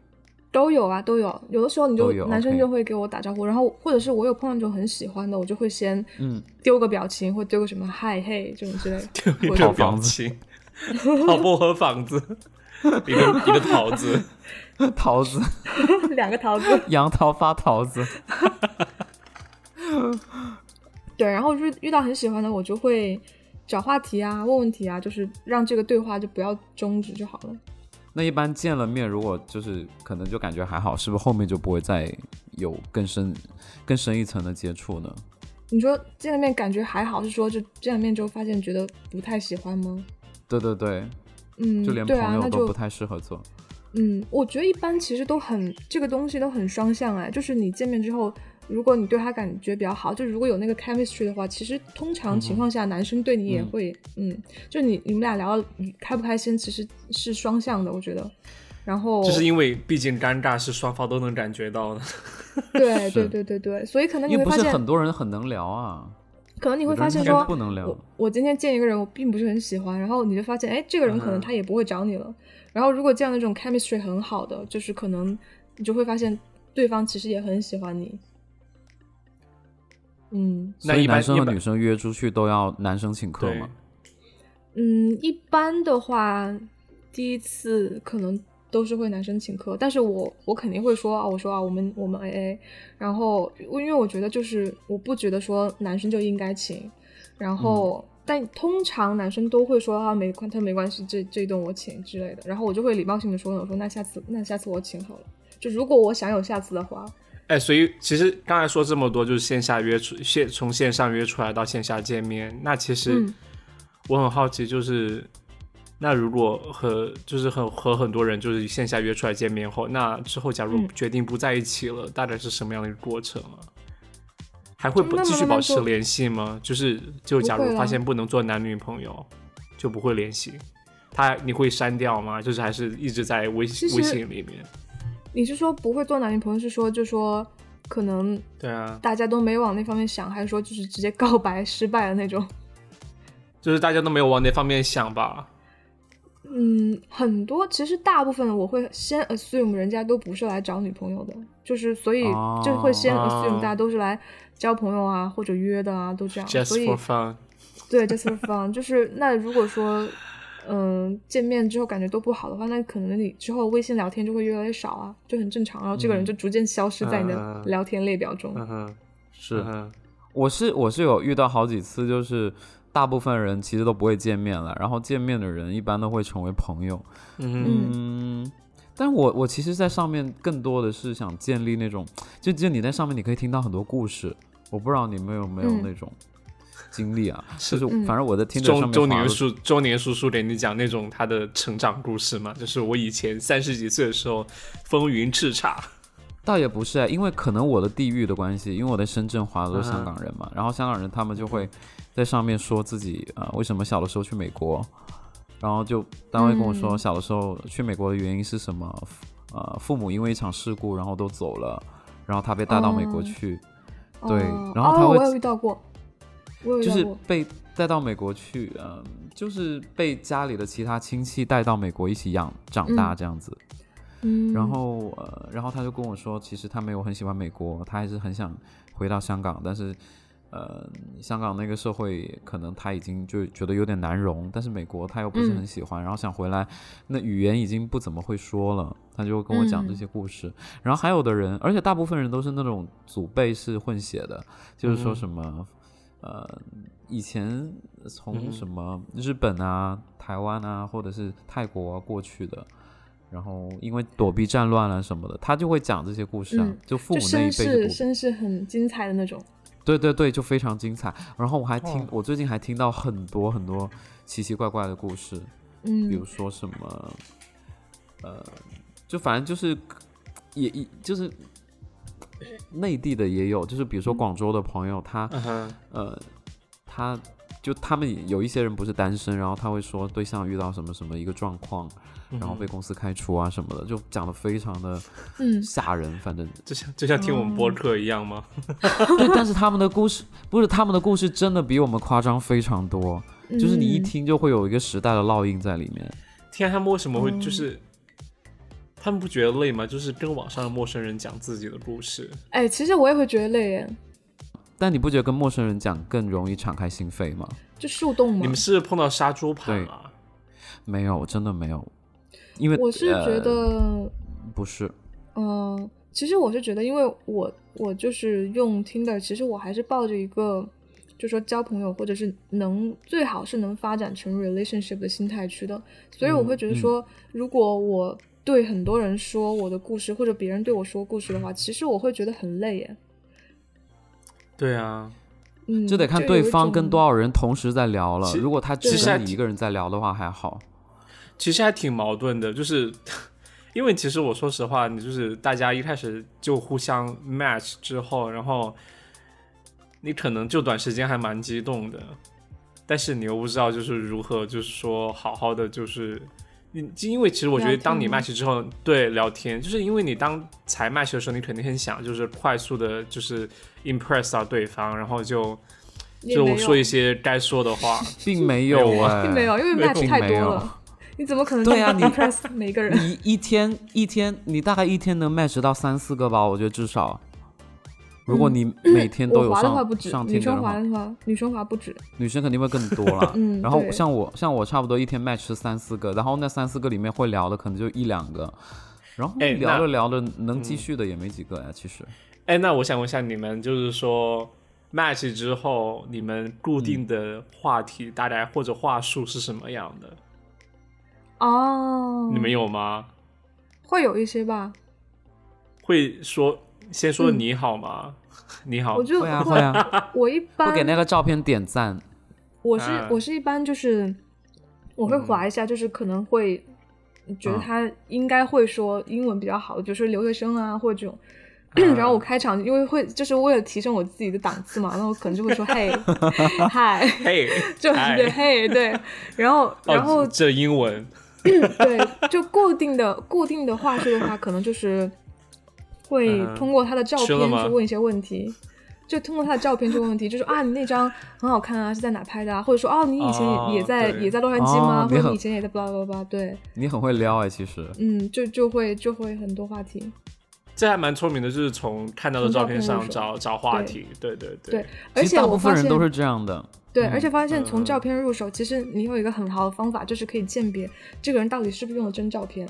都有啊，都有。有的时候你就
都有
男生
OK
就会给我打招呼，然后或者是我有碰到那种很喜欢的，我就会先
嗯
丢个表情或丢个什么嗨嘿这种之类的。
一
我
个
就
表情，好薄荷房子，一个一个桃子，
桃子，
两个桃子。
杨桃发桃子，
对，然后遇遇到很喜欢的，我就会找话题啊，问问题啊，就是让这个对话就不要终止就好了。
那一般见了面，如果就是可能就感觉还好，是不是后面就不会再有更深、更深一层的接触呢？
你说见了面感觉还好，是说就见了面之后发现觉得不太喜欢吗？
对对对，
嗯，
就连
对啊
朋，友
那
都
就
不太适合做。
嗯，我觉得一般其实都很这个东西都很双向哎，就是你见面之后，如果你对他感觉比较好，就如果有那个 chemistry 的话，其实通常情况下男生对你也
嗯
会，嗯，就你你们俩聊得开不开心，其实是双向的，我觉得。然后
就是因为毕竟尴尬是双方都能感觉到的。
对
是
对对对对，所以可能你
因为
会
不
发
是
现，
很多人很能聊啊，
可能你
你
会发现
有的人
说
他
不，能聊
我。我今天见一个人，我并不是很喜欢，然后你就发现，哎，这个人可能
嗯
他也不会找你了。然后如果这样的这种 chemistry 很好的，就是可能你就会发现对方其实也很喜欢你。嗯
那
所以
一般
男生
一
和
般
女生约出去都要男生请客嘛？
嗯，一般的话，第一次可能都是会男生请客，但是我我肯定会说啊，我说啊，我们我们 A A，然后因为我觉得就是我不觉得说男生就应该请，然后、但通常男生都会说啊没关他没关系，这这一顿我请之类的，然后我就会礼貌性的说呢，我说那下次那下次我请好了，就如果我想有下次的话，
哎，所以其实刚才说这么多，就是线下约出线从线上约出来到线下见面，那其实
嗯
我很好奇，就是、那如果和就是很和很多人就是线下约出来见面后，那之后假如
嗯
决定不在一起了，大概是什么样的一个过程啊？还会不
就慢慢
继续
慢
保
慢
持
做
联系吗？就是就
不
假
会啊
如发
啦
现不能做男女朋友，就不会联系。他你会删掉吗？就是还是一直在微
其
微
实
信里面？
你是说不会做男女朋友，是说就说可能
对啊，
大家都没往那方面想，还是说就是直接告白失败的那种？
就是大家都没有往那方面想吧。
嗯，很多其实大部分我会先 assume 人家都不是来找女朋友的，就是所以
哦
就会先
哦
assume 大家都是来交朋友啊或者约的啊，都这样。所
Just
以
for fun，
对 just for fun，就是那如果说嗯见面之后感觉都不好的话，那可能你之后微信聊天就会越来越少啊，就很正常。然后这个
嗯
人就逐渐消失在
嗯
你的
嗯嗯
聊天列表中。
嗯哼，
是
嗯哼
我是我是有遇到好几次，就是大部分人其实都不会见面了，然后见面的人一般都会成为朋友。
嗯哼，
嗯
嗯，但我我其实，在上面更多的是想建立那种，就就你在上面你可以听到很多故事，我不知道你们有没有
嗯
那种经历啊，
是
就是反正我在听着上
中中
面滑
年
的
叔中年叔叔给你讲那种他的成长故事嘛，就是我以前三十几岁的时候风云叱咤，
倒也不是啊，因为可能我的地域的关系，因为我在深圳华的都是香港人嘛，然后香港人他们就会在上面说自己啊、呃为什么小的时候去美国，然后就单位跟我说
嗯
小的时候去美国的原因是什么，呃父母因为一场事故然后都走了，然后他被带到美国
哦
去，对
哦
然后他会
哦，我有遇到过，我有遇
就
到
是
过。
被带到美国去，嗯、就是被家里的其他亲戚带到美国一起养长大
嗯
这样子，
嗯，
然后呃，然后他就跟我说，其实他没有很喜欢美国，他还是很想回到香港，但是呃，香港那个社会可能他已经就觉得有点难融，但是美国他又不是很
嗯
喜欢，然后想回来，那语言已经不怎么会说了，他就跟我讲这
嗯
些故事。然后还有的人，而且大部分人都是那种祖辈是混血的，就是说
嗯
什么。呃，以前
嗯
从什么日本啊、台湾啊，或者是泰国、啊、过去的，然后因为躲避战乱啊什么的，他就会讲这些故事啊，
嗯
就父
就
母那一辈
绅
是
士
躲，
绅士很精彩的那种。
对对对，就非常精彩。然后我还听，
哦
我最近还听到很多很多奇奇怪怪的故事，比
嗯
如说什么，呃，就反正就是也也就是内地的也有，就是比如说广州的朋友，他
嗯哼，
呃，他就他们有一些人不是单身，然后他会说对象遇到什么什么一个状况，然后被公司开除啊什么的，就讲的非常的
嗯，
吓人。反正
就像就像听我们播客一样吗？
对， 但是他们的故事不是他们的故事，真的比我们夸张非常多。就是你一
嗯
听就会有一个时代的烙印在里面。
天啊，他们为什么会就是？他们不觉得累吗？就是跟网上的陌生人讲自己的故事，
哎，其实我也会觉得累耶，
但你不觉得跟陌生人讲更容易敞开心扉吗？
就树洞
你
嘛
们。是碰到杀猪盘
对
啊？
没有，真的没有，因为
我是觉
呃、
得，
不是，
嗯、其实我是觉得，因为我我就是用 Tinder，其实我还是抱着一个，就说交朋友或者是能最好是能发展成 relationship 的心态去的，所
嗯
以我会觉得说，如果我对很多人说我的故事，或者别人对我说故事的话，其实我会觉得很累耶。
对啊，
嗯，
这得看对方跟多
少。
少人同时在聊了
其。
如果他
其
只
实还
跟你一个人在聊的话，还好。
其实还挺矛盾的，就是因为其实我说实话，你就是大家一开始就互相 match 之后，然后你可能就短时间还蛮激动的，但是你又不知道就是如何就是说好好的就是。你因为其实我觉得，
聊天
当你
吗
match 之后，对聊天，就是因为你当才 match 的时候，你肯定很想就是快速的，就是 impress 到对方，然后就
也
就
没
说一
有
些该说的话。
并没有哎、
并没有，因为
没有
match 太
并
多
没有
了，你怎么可能
对啊
这
你
么 impress 每一个人？
你一天一天，你大概一天能 match 到三四个吧，我觉得至少。如果你每天
嗯
都
我
有
滑的
上、
话不止，
上
女
天的
生滑
话，
的话，女生滑不止。。
女生肯定会更多了
嗯
然后
对
像我像我差不多一天 match 三四个，然后那三四个里面会聊的可能就一两个，然后
哎
聊
那
着聊着能继续的也没几个
嗯
哎，其实。
哎，那我想问一下你们，就是说 match 之后，你们固定的话题大概或者话术是什么样的？
哦，
你们有吗？
会有一些吧？
会说先说
嗯
你好吗？你好
我，就
会啊会啊，
我一
会
般
给那嗯个照片点赞。
我是
啊
我是一般就是我会划一下，就是可能会觉得
嗯
他应该会说英文比较好，就是留学生啊或者这种。
啊
嗯
然后我开场，因为会就是为了提升我自己的档次嘛，那我可能就 会说嘿， 嗨，
嘿，
就
嗨
对 嘿对，然后
哦
然后
这英文，
对，就固定的固定的话术的话，可能就是会
嗯
通过他的照
吃
片
了吗
去问一些问题，就通过他的照片去问问题，就是啊，你那张很好看啊，是在哪拍的啊？或者说哦，你以前
哦
也也在
对
也在洛杉矶吗？
哦
或
你
者
很
你以前也在巴拉巴拉巴拉？对，
你很会撩哎，其实。
嗯，就就会就会很多话题，
这还蛮聪明的，就是从看到的
从
照
照
片
片入
上
手
找找话题。对对
对，而
其实
且
大
我
部分
发
人
现
都是这样的。
对，
嗯
而且发现
嗯
从照片入手，其实你有一个很好的方法，就是可以鉴别这个人到底是不是用的真照片。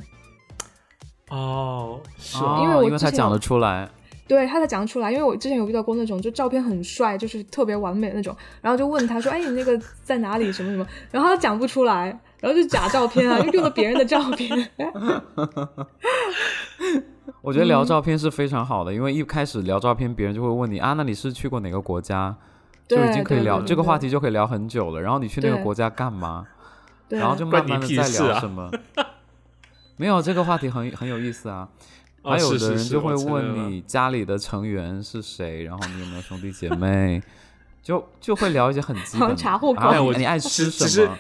哦，是
哦
哦
啊因为我
因为
之
他
前
讲
有
得出来，
对他才讲得出来，因为我之前有遇到过那种，就照片很帅，就是特别完美那种，然后就问他说：“哎，你那个在哪里？什么什么？”然后他讲不出来，然后就假照片啊，就用了别人的照片。
我觉
嗯
得聊照片是非常好的，因为一开始聊照片，别人就会问你啊，那你是去过哪个国家？就
对
已经可以
对
聊
对
这个话
对
题，就可以聊很久了。然后你去那个
对
国家干嘛？
对
然后就
关
慢
你
慢的
屁
在
事啊
聊什么。 没有这个话题很很有意思啊，还有
哦是
的
是
人
是
就会
我承认
问
了
你家里的成员是谁，然后你有没有兄 弟姐妹，就就会聊一些很基
好像 哦
本的。
查户口
然后
哎我
你你爱
其
吃
其实
什么？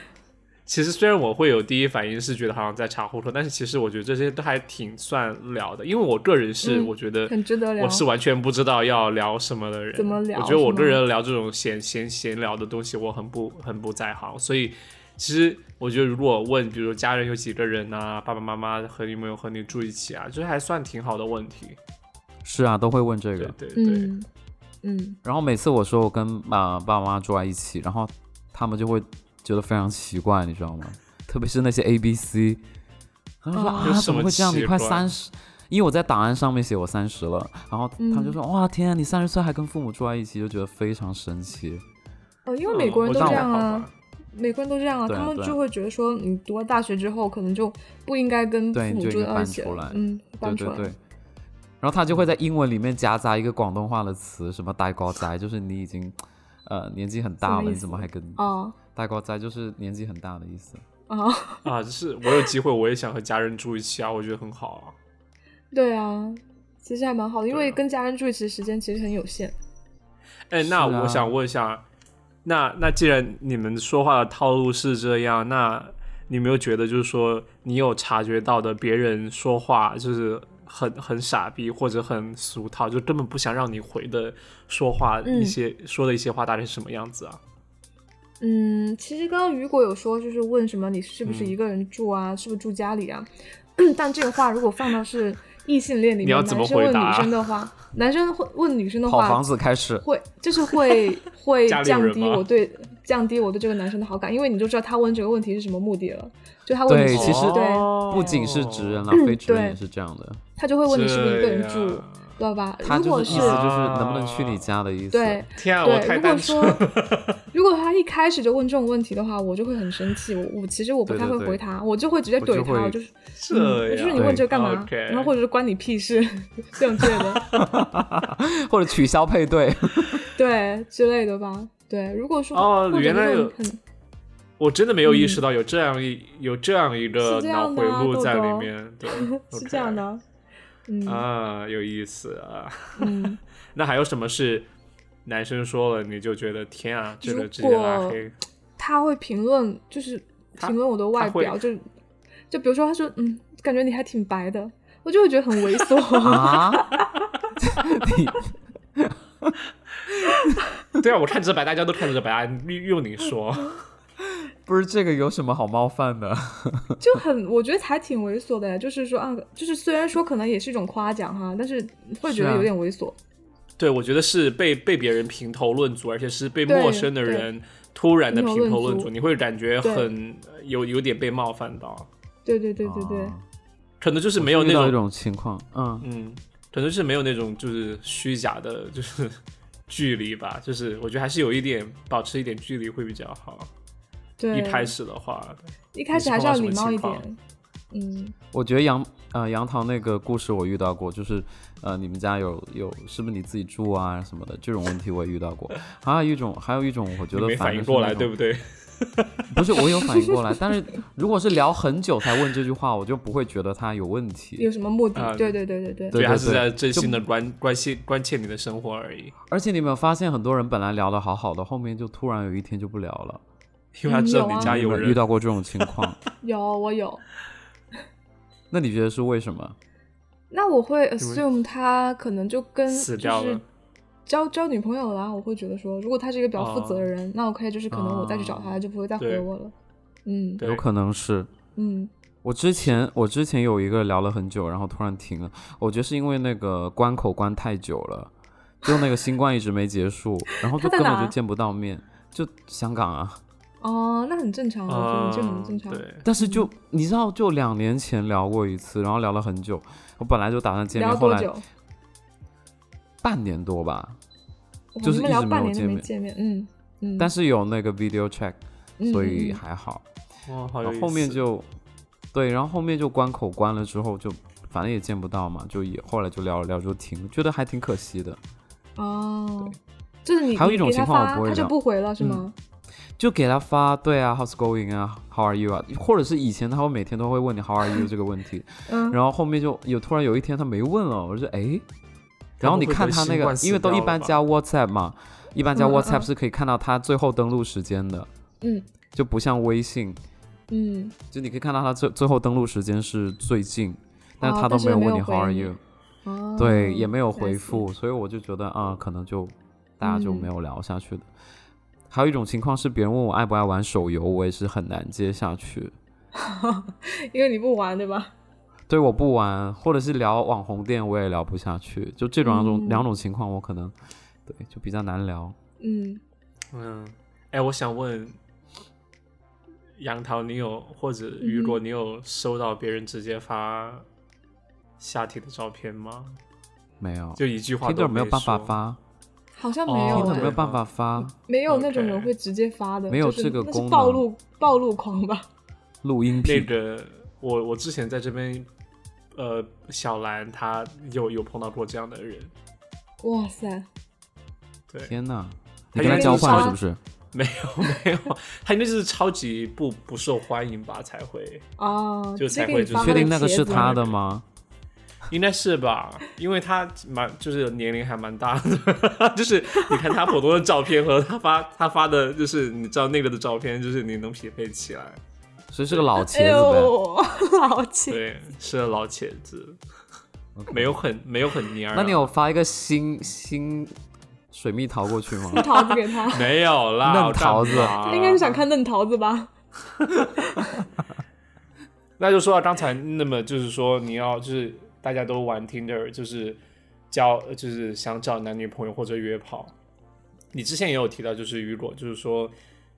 其实虽然我会有第一反应是觉得好像在查户口，但是其实我觉得这些都还挺算聊的，因为我个人是、
嗯
我觉得
很值得聊
我是完全不知道要聊什么的人。
怎么聊
我觉得我
是吗
个人聊这种闲闲闲聊的东西，我很不很不在行。所以其实我觉得，如果问，比如家人有几个人啊，爸爸妈妈和你有没有和你住一起啊，这还算挺好的问题。
是啊，都会问这
对
个。
对对，
嗯嗯，
然后每次我说我跟啊、爸爸妈妈住在一起，然后他们就会觉得非常奇怪，你知道吗？特别是那些 A B C，他们说、
哦
有
啊
什
怎么
么
会这样？
奇
你快
怪
三十，因为我在档案上面写我三十了，然后
嗯
他们就说、哇天啊，你三十岁还跟父母住在一起，就觉得非常神奇。
哦，
嗯
因为美国人
我
都
觉得
这样
还好
啊
吧。。
美国人都这样啊，
对啊
他们
对啊
就会觉得说，你读了大学之后，可能就不应该跟父
对
母
就
住
应该
在一
搬
起
出
了
来，
嗯，
对
搬出
对
来，
对。然后他就会在英文里面夹杂一个广东话的词，什么“呆高仔”，就是你已经，呃，年纪很
什
大
么
了，
意
你怎么
思
还跟
哦
“呆高仔”就是年纪很大的意思。
哦，
啊，就是我有机会我也想和家人住一起啊，我觉得很好啊。
对啊，其实还蛮好的，因为跟家人住，其实时间其实很有限。
哎，那
是啊
我想问一下，那那既然你们说话的套路是这样，那你有没有觉得就是说你有察觉到的别人说话就是很很傻逼或者很俗套，就根本不想让你回的说话
嗯
一些、说的一些话大概是什么样子啊？
嗯，其实刚刚雨果有说，就是问什么你是
嗯
不是一个人住啊，是不是住家里啊？ 但这个话如果放到是异性恋里
你要
面，
怎么
男生问
回答啊
女生的话，男生会问女生的
跑
话，
房子开始，
会就是 会会
家里有
降
人
低
吗
我对降低我对这个男生的好感，因为你就知道他问这个问题是什么目的了。就他问
对
你是
其实
对，
不仅是直人
哦
啦，非直人也是这样的。
他就会问你是不是一个人
这
住
样，
知道吧？
他
如
就
果
是
是
意思就是能不能去你家的意思。
对，
天啊，我
对，
太
如果
单纯
说 如果他一开始就问这种问题的话，我就会很生气。我我其实我不
对
太
对
会
对
回他，我就会直接
我就
怼他，
会
我就是嗯
这
我
样，
就是你问这个干嘛？
OK
然后或者是关你屁事这种之 类的，
或者取消 配对，
对之类的吧。对，如果说
哦
或者
原来
是
有
很
我真的没有意识到有这样一、有这样一个
嗯是这
脑
样
回
的啊
路在
豆
里
豆
面， 对，
是
OK
这样的，嗯
啊，有意思啊。
嗯，
那还有什么是男生说了你就觉得天啊，这个
如
直接拉黑？
他会评论，就是
他
评论我的外
他
表，就就比如说他说嗯，感觉你还挺白的，我就会觉得很猥 琐。
啊？你
对啊，我看着白，大家都看着白，哎你用你 说，
不是这个有什么好冒犯的？
就很，我觉得还挺猥琐的，就是说啊，就是虽然说可能也是一种夸奖哈，但是会觉
是
得
啊
有点猥琐。
对我觉得是被被别人评头论足，而且是被陌生的
对
人突然的
评头
评头
论
论
足
足，你会感觉
对
很有有点被冒犯到，
对对对对对，
啊
可能就是没有那
遇到
种
一种情况，嗯，
嗯，可能是没有那种就是虚假的，就是 距离吧，就是我觉得还是有一点保持一点距离会比较好。
对，
一开始的话，
一开始还是要礼貌一点。嗯，
我觉得杨呃杨桃那个故事我遇到过，就是呃你们家有有是不是你自己住啊什么的这种问题我也遇到过。 还有一种还有一种我觉
你
得
没反
正
应
是
过
那
来，
种
对不对？
不是我有反应过来，但是如果是聊很久才问这句话，我就不会觉得他有问题
有。什么目
啊
的？对对对对对，
对，
对
他是
对
在真
就
心的关关心关切你的生活而已，
而且你有没有发现，很多人本来聊得好好的，后面就突然有一天就不聊了。
因为他知道
嗯有
你
啊
家
你
有
们
人。
遇到过这种 情况，
有我有。
那你觉得是为什么？
那我会 assume 他可能就跟
死
嗯就
掉了
是交交女朋友啦，我会觉得说，如果他是一个比较负
哦
责的人，那 OK，就是可能我再去找他，就不会再
对
回我了。嗯
对
有可能是
嗯，
我之前我之前有一个聊了很久，然后突然停了，我觉得是因为那个关口关太久了，就那个新冠一直没 结束，然后就
他在
根本
哪
就见不到面，就香港啊。
哦，那很正常，我觉
啊，
得这很正常。
对，
但是就你知道，就两年前聊过一次，然后聊了很久，我本来就打算见
聊
面，后
多
来
久？
半年多吧，
我
就是
们
一直
聊
没
半
有
年都
见
没
面
见面，嗯嗯，
但是有那个 video check，
嗯
所
嗯
以
嗯
还好。
哇，好
然
有
后
意
后面
思
就对，然后后面就关口关了之后就。反正也见不到嘛，就也后来就聊了聊就停，觉得还挺可惜的。
哦，就是你
还有
你
一种
给他
情况我
发
不会
他就
聊
不回了是吗？
就给他发对啊，How's going 啊，How are you 啊，或者是以前他会每天都会问你 How are you 这个问题，
嗯，
然后后面就有突然有一天他没问了，我就哎，然后你看他那
会不
个
会，新冠
因为都
死
一
掉
般
了吧
加 WhatsApp 嘛，一般加
嗯嗯
WhatsApp
嗯
是可以看到他最后登录时间的，
嗯
就不像微信，
嗯，
就你可以看到他最最后登录时间是最近，但是
哦
他都
但是
没有
没
问
有
你 How
回
are
你
you，
哦，
对，也没有回
I see
复，所以我就觉得啊、可能就大家就
嗯
没有聊下去的。还有一种情况是，别人问我爱不爱玩手游，我也是很难接下去。
因为你不玩对吧？
对，我不玩，或者是聊网红店，我也聊不下去。就这种两种、
嗯
两种情况，我可能对就比较难聊。
嗯，
嗯，哎，我想问杨桃，你有或者雨果，
嗯
你有收到别人直接发下体的照片吗？
没有
就一句话都
，Tinder 没有办法
说，
发
好像
哦
没有
，Tinder
哎
没有办法发
没有那种人
OK
会直接发的，
没有
就是
这个
那
功
是
能
暴露暴露狂吧？
录音
那
屏。
个，我我之前在这边，呃，小兰她有有碰到过这样的人，
哇塞，
对，
天哪，
他
你跟他
就
交
是
换
发
是不是？
没有没有， 她应该就是超级不不受欢迎吧才会，
啊，
就
直接
才
给
会
你
就
发
是
确
个
定那个
帖
是
子
他的吗？
应该是吧？因为他蛮就是年龄还蛮大的， 就是你看他普通的照片和他发他发的，就是你知道那个的照片，就是你能匹配起来。
所以是个老茄
哎
子
呦， 老气，
对，是老茄子，
呗。
没有很没有很蔫儿啊、
那你有发一个新新水蜜桃过去吗？
桃子给他，
没有啦？
嫩
我干
桃子啊
嘛啊
他应该是想看嫩桃子吧？
那就说到刚才，那么就是说你要就是大家都玩 Tinder，就是交就是想找男女朋友或者约炮。你之前也有提到，就是雨果，就是说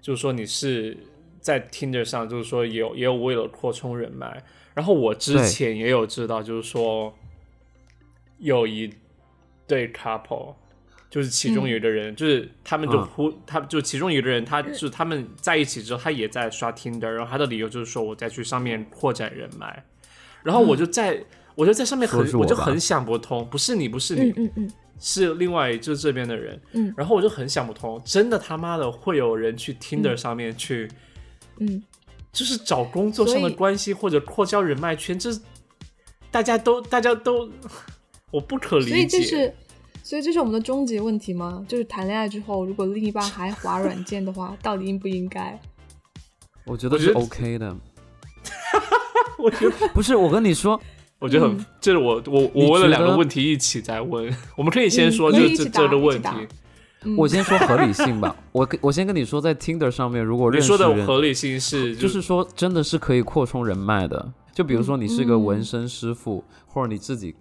就是说你是在 Tinder 上，就是说也有也有为了扩充人脉。然后我之
对
前也有知道，就是说有一对 couple，就是其中有一个人，就是他们就
嗯
忽，他就其中有一个人，他
嗯
就是他们在一起之后，他也在刷 Tinder，然后他的理由就是说我在去上面扩展人脉，
嗯
然后我就在、我就在上面很
说是
我
我
就
吧
很想不通，不是你不是你，
嗯嗯嗯，
是另外就是这边的人，
嗯
然后我就很想不通，真的他妈的会有人去 Tinder 上面去，
嗯，
就是找工作
所以
上的关系或者扩交人脉圈，这大家都大家都我不可理解，
所以这是，所以这是我们的终极问题吗？就是谈恋爱之后，如果另一半还滑软件的话， 到底应不应该？
我觉得
我
是
觉得
OK 的。
我觉得
不是，我跟你说，
我觉得
嗯
很，这是我我
你
我问了
觉
两个
得
问题一起在问， 我们可以先
嗯
说
可
就
以一
这这
起答
个
一起
问题
答，嗯
我先说合理性吧。我跟我先跟你说，在 Tinder 上面，如果
你
认识
说
人，
的合理性是
就是说真的是可以扩充人脉的。就比如说你
嗯
是个纹身师傅，或者你自己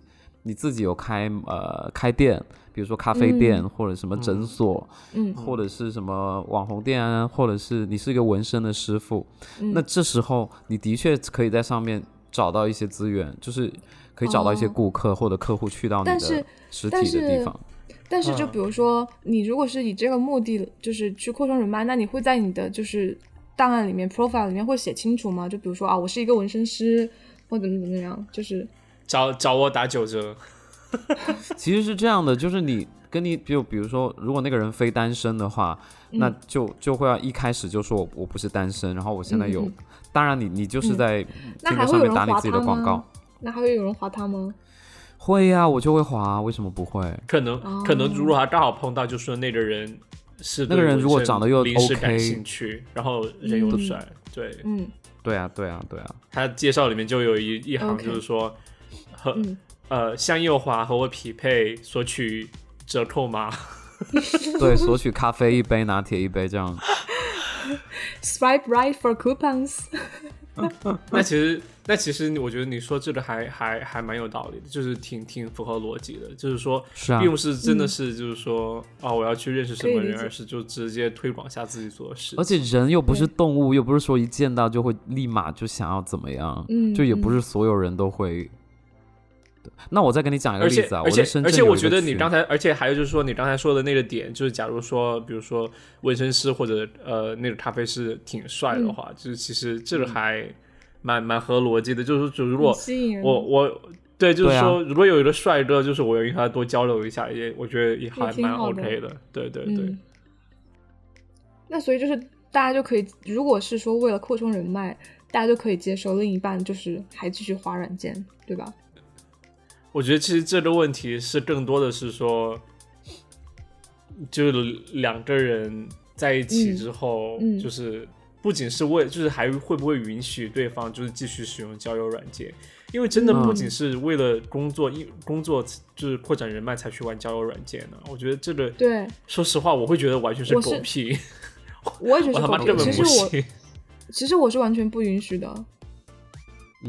你自己有开呃开店，比如说咖啡店、或者什么诊所，
嗯
或者是什么网红店啊，或者是你是一个纹身的师傅，
嗯
那这时候你的确可以在上面找到一些资源，就是可以找到一些
哦
顾客或者客户去到你
但是
的实
但
体的地
是
方。
但是就
嗯
比如说，你如果是以这个目的，就是去扩充人脉，那你会在你的就是档案里面、profile 里面会写清楚吗？就比如说啊，我是一个纹身师，或怎么怎么样，就是
找找我打九折，
其实是这样的，就是你跟你就比如说，如果那个人非单身的话，
嗯
那就就会要一开始就说我我不是单身，然后我现在有，
嗯嗯嗯
当然你你就是在
那
这
还
个
会
上
有人
面打你
划
自己
他
的广
吗
告，
那还会有人划他吗？
会呀、我就会滑，为什么不会？
可能、
哦
可能如果他刚好碰到，就说那个人是
那个人
对
如果
纹身
长得又
临时
OK
感兴趣，然后人又
嗯
帅，对
嗯
对啊，对啊，对 啊，
他介绍里面就有一一行
OK
就是说和、
嗯，
呃向右滑和我匹配索取折扣码，
对，索取咖啡一杯，拿铁一杯这样。
Swipe right for coupons
那其实，那其实我觉得你说这个还还还蛮有道理的，就是挺挺符合逻辑的。就是说，
是啊
并不是真的是就是说，啊，我要去认识什么
可以嗯理
人，
解
而是就直接推广下自己做的事
而。且人又不是
对
动物，又不是说一见到就会立马就想要怎么样，
嗯
就也
嗯
不是所有人都会。对那我再跟你讲一个
而
例
且
子啊，
而
我在
且
深
而
圳
且，
有
我
一
觉
个
得你
群
刚才，而且还有就是说，你刚才说的那个点，就是假如说，比如说纹身师或者呃那个咖啡师挺帅
嗯
的话，就是其实这
嗯
个还蛮蛮合逻辑的。就是就如果
很 吸引人，
我我对，就是
对啊
说，如果有一个帅哥，就是我愿意和他多交流一下，也我觉得也还
也挺
蛮
好的
OK 的。对对对，
嗯，那所以就是大家就可以，如果是说为了扩充人脉，大家就可以接受另一半就是还继续滑软件，对吧？
我觉得其实这个问题是更多的是说，就是两个人在一起之后，
嗯嗯
就是不仅是为，就是还会不会允许对方就是继续使用交友软件，因为真的
嗯
不仅是为了工作，因、工作就是扩展人脉才去玩交友软件呢。我觉得这个，
对，
说实话，我会觉得完全是
我是
狗屁，
我也觉
我
得
他
是
妈
狗
根
屁。
本
其
不
实我
信。
其实我是完全不允许的，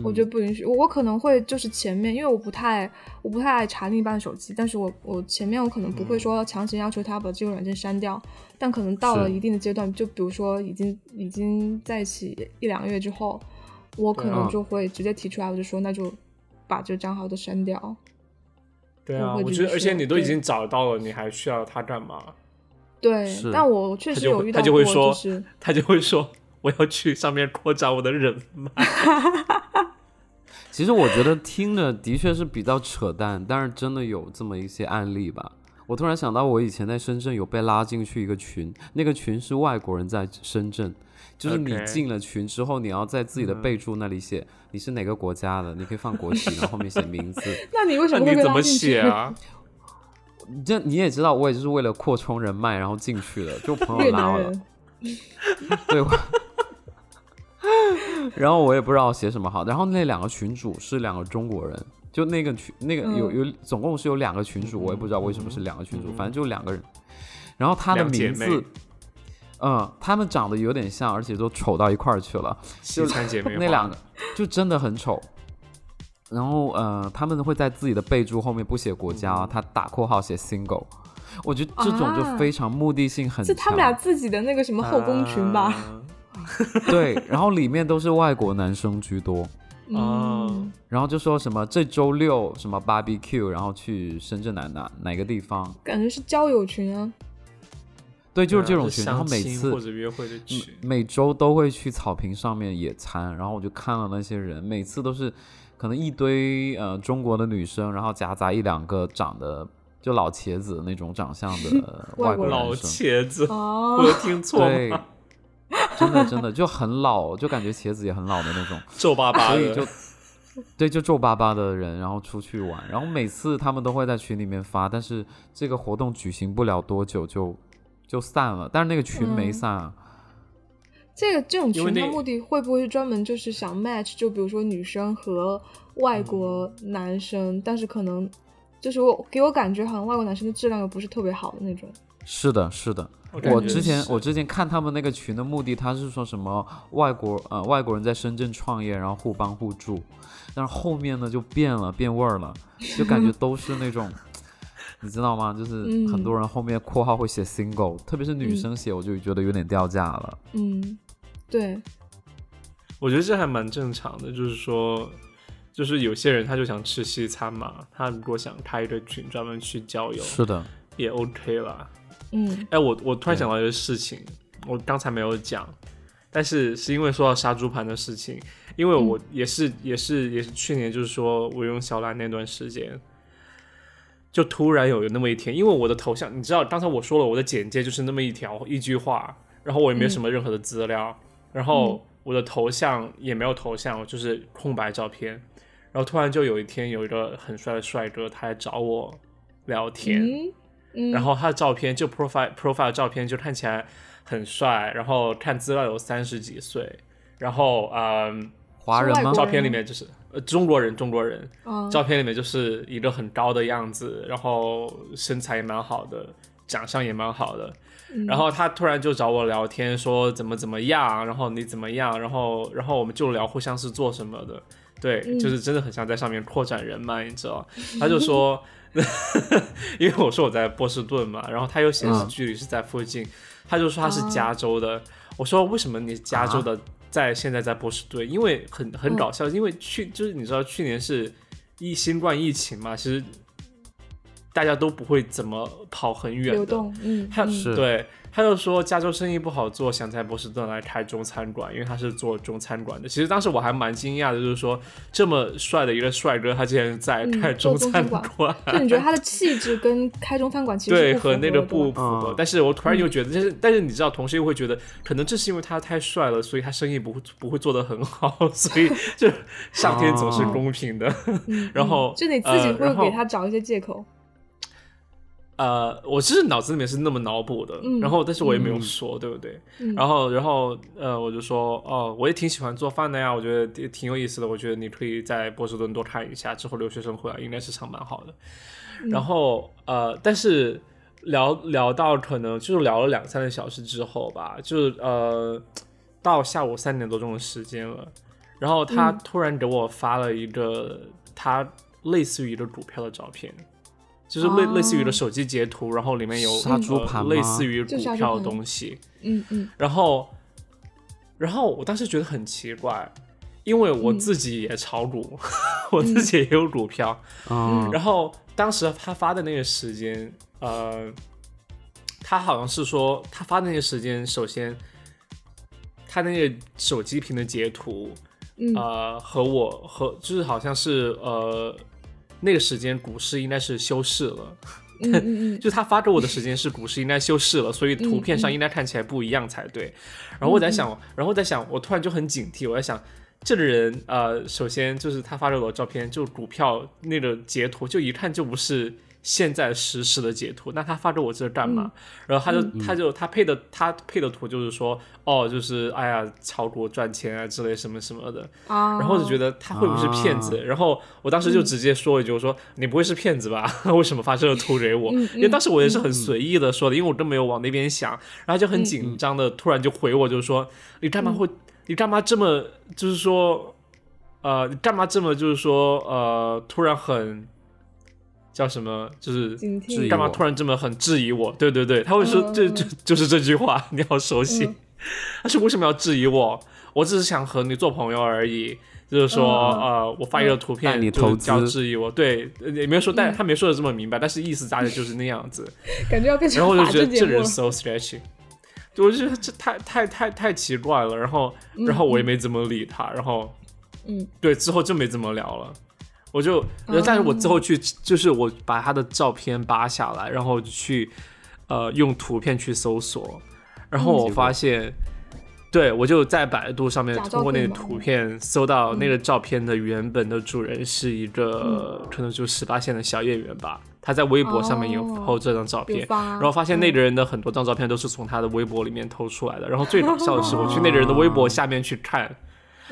我觉得不允许。我我可能会就是前面，因为我不太我不太爱查另一半手机，但是我我前面我可能不
嗯
会说强行要求他把这个软件删掉，但可能到了
是
一定的阶段，就比如说已经已经在一起一两个月之后，我可
对
能
啊
就会直接提出来，我就说那就把这个账号都删掉。
对啊，
我会
我
觉
觉得，
得
而
是
且你都已
对
经找到了，你还需要他干嘛？
对，
是
但我确
他
实
就
有
会
遇
他
到
就
过，
会
就
说
是，
他就会说，我要去上面扩展我的人脉。
其实我觉得听着的确是比较扯淡，但是真的有这么一些案例吧。我突然想到，我以前在深圳有被拉进去一个群，那个群是外国人在深圳，就是你
OK
进了群之后，你要在自己的备注那里写你是哪个国家的，你可以放国旗，然后后面写名字。
那你为什
那
么会
你
被
怎
拉
么
进
写
去？
啊？
这你也知道，我也就是为了扩充人脉，然后进去的，就朋
越
友拉
南
我了，
人，
对。我然后我也不知道写什么好，然后那两个群主是两个中国人，就那个群那个
嗯
有有总共是有两个群主，我也不知道为什么是两个群主，反正就两个人。然后他的
两姐
名
妹
字，嗯，他们长得有点像，而且都丑到一块儿去了。
西餐姐妹
那
花
两个就真的很丑。然后呃，他们会在自己的备注后面不写国家，
嗯
他打括号写 single。我觉得这种就
啊
非常目的性很
是
强。
他们俩自己的那个什么 后宫群吧？
啊
对，然后里面都是外国男生居多。
哦
嗯，
然后就说什么这周六什么 barbecue，然后去深圳哪哪哪个地方？
感觉是交友群啊。
对， 就是这
对
种
啊
群。然后
相
每
亲
次嗯
或者约会的群，
每周都会去草坪上面野餐，然后我就看了那些人，每次都是可能一堆呃中国的女生，然后夹杂一两个长得就老茄子那种长相 的
外
外
国
国
老
男生，
茄子， 我
哦
有，听错
嗯对
吗？，
真的真的就很老，就感觉茄子也很老的那种，
皱巴巴
所以
的，
就。对，就皱巴巴的人，然后出去玩，然后每次他们都会在群里面发，但是这个活动举行不了多久就就散了，但是那个群没
嗯
散啊，
这个这种
因为
群
那
它目的会不会是专门就是想 match，就比如说女生和
嗯
外国男生，但是可能就是我给我感觉好像外国男生的质量又不是特别好的那种。
是的，是的，
感
我
觉
之前
是
我之前看他们那个群的目的，他是说什么外国呃外国人在深圳创业，然后互帮互助，但是后面呢就变了变味儿了，就感觉都是那 种，你知道吗？就是很多人后面括号会写 single，、特别是女
嗯
生写，我就觉得有点掉价了。
嗯，对，
我觉得这还蛮正常的，就是说，就是有些人他就想吃西餐嘛，他如果想开一个群专门去交友，
是的，
也 OK 啦。
嗯，
哎，我我突然
对
想到一个事情，我刚才没有讲，但是是因为说到杀猪盘的事情，因为我也是、也是也是去年就是说我用小懒那段时间，就突然有有那么一天，因为我的头像你知道，刚才我说了我的简介就是那么一条一句话，然后我也没有什么任何的资料，然后我的头像也没有头像，就是空白照片，然后突然就有一天有一个很帅的帅哥他来找我聊天。
嗯，嗯
然后他的照片就 profile profile 照片就看起来很帅，然后看资料有三十几岁，然后嗯，
华人
是外
吗
国？
照
人
片里面就是呃中国人中国人，
嗯
照片里面就是一个很高的样子，然后身材也蛮好的，长相也蛮好的，然后他突然就找我聊天，说怎么怎么样，然后你怎么样，然后然后我们就聊互相是做什么的，对，就是真的很像在上面扩展人脉，你知道？他就说， 因为我说我在波士顿嘛，然后他又显示
嗯
距离是在附近，他就说他是加州的，我说为什么你加州的在现在在波士顿？因为很很搞笑，因为去就是你知道去年是疫新冠疫情嘛，其实大家都不会怎么跑很远
流
的。
动，嗯，
他
嗯
是
对，他就说加州生意不好做，想在波士顿来开中餐馆，因为他是做中餐馆的。其实当时我还蛮惊讶的，就是说这么帅的一个帅哥，他竟然在
嗯
开
做中
餐
餐馆
馆
就你觉得他的气质跟开中餐馆其实
对，
是
和
符
那个
合的
不符合。
嗯
但是我突然又觉得，但是但是你知道，同时又会觉得，可能正是因为他太帅了，所以他生意不会不会做得很好， 所以就上天总是
哦
公平的。
嗯
然
嗯
后
就得自
呃
己
然
会
后
给他找一些借口，
呃，我其实脑子里面是那么脑补的，
嗯
然后但是我也没有说，对不对？
嗯
然后，然后，呃，我就说，哦，我也挺喜欢做饭的呀，我觉得也挺有意思的，我觉得你可以在波士顿多看一下，之后留学生回来应该市场蛮好的。
嗯
然后，呃，但是聊聊到可能就是聊了两三个小时之后吧，就是呃，到下午三点多钟的时间了，然后他
嗯
突然给我发了一个他类似于一个股票的照片。就是类、类似于一个
哦
手机截图，然后里面有
杀猪
呃
盘吗
类似于股
就杀猪
票的
盘
东西，
嗯嗯
然后，然后我当时觉得很奇怪，因为我
嗯
自己也炒 股，我自己也有股票。
嗯，
然后当时他发的那个时间，呃，他好像是说他发的那个时间，首先他那个手机屏的截图，
嗯
呃，和我和就是好像是呃那个时间股市应该是休市了。
嗯嗯嗯，
就他发给我的时间是古时应该修饰了，所以图片上应该看起来不一样才对。然后我在想，然后我在想，我突然就很警惕，我在想。这个人，呃，首先就是他发给我的照片，就股票那个截图，就一看就不是现在实时的截图。那他发给我这干嘛？然后他就、他就他配的他配的图就是说，哦，就是哎呀，炒股赚钱啊之类什么什么的。
啊，
然后我就觉
得
得他会不会是骗子？
啊
哦
然后我当时
嗯
就直接说一句，我说你不会是骗子吧？ 为什么发这个图给我？
嗯嗯
因为当时我也是很随意的说的，因为我都没有往那边想，然后就很紧张的突然就回我，就说你干嘛会，你干嘛这么，就是说，呃，你干嘛这么，就是说，呃，突然很叫什么，就是
警
质疑
惕，
干嘛
我
突然这么很质疑我？对对对，他会说
嗯
这
嗯
这就是这句话，你好熟悉
嗯。
他说为什么要质疑我？我只是想和你做朋友而已。就是说，
嗯嗯
呃，我发一个图片，
带你
就是
投资
要质疑我，对，呃也没有说，但他没说的这么明白，但是意思大概就是那样 子。
感觉要变
然
成
后我就
法
觉
制
得这
节目
人
了。
so sketchy，对我就觉得这太太太太奇怪了。然后，然后我也没怎么理他，然后
嗯
对，之后就没怎么聊了。我就，呃但是我之后
哦
去，就是我把他的照片扒下来，然后去，呃，用图片去搜索，然后我发现，对我就在百度上面
假照
通过那个
片吗嗯
图片搜到那个照片的原本的主人是一个、
嗯
可能就十八线的小演员吧，他在微博上面有 PO
哦
这张照
有
片，
发嗯
然后发现那个人的很多张照片都是从他的微博里面偷出来的，然后最搞笑的是，我去那个人的微
哦
博下面去看。
嗯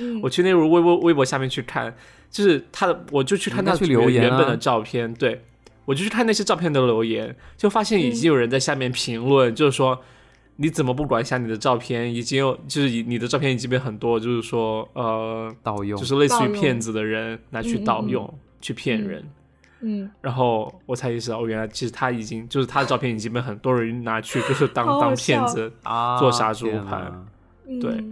我去那微微博微博下面去看，就是他的，我就去看
你应该
他
去
原
留言啊
原本的照片，对我就去看那些照片的留言，就发现已经有人在下面评论，就是说你怎么不管一下你的照片，已经有就是以你的照片已经被很多就是说呃，
盗用，
就是类似于
盗用
骗子的人拿去
嗯嗯
盗
嗯
用、去骗人，
嗯，
然后我才意识到，哦，原来其实他已经就是他的照片已经被很多人拿去就是当
好好
当骗
笑
子，
啊
做杀猪
天
盘
哪
嗯
对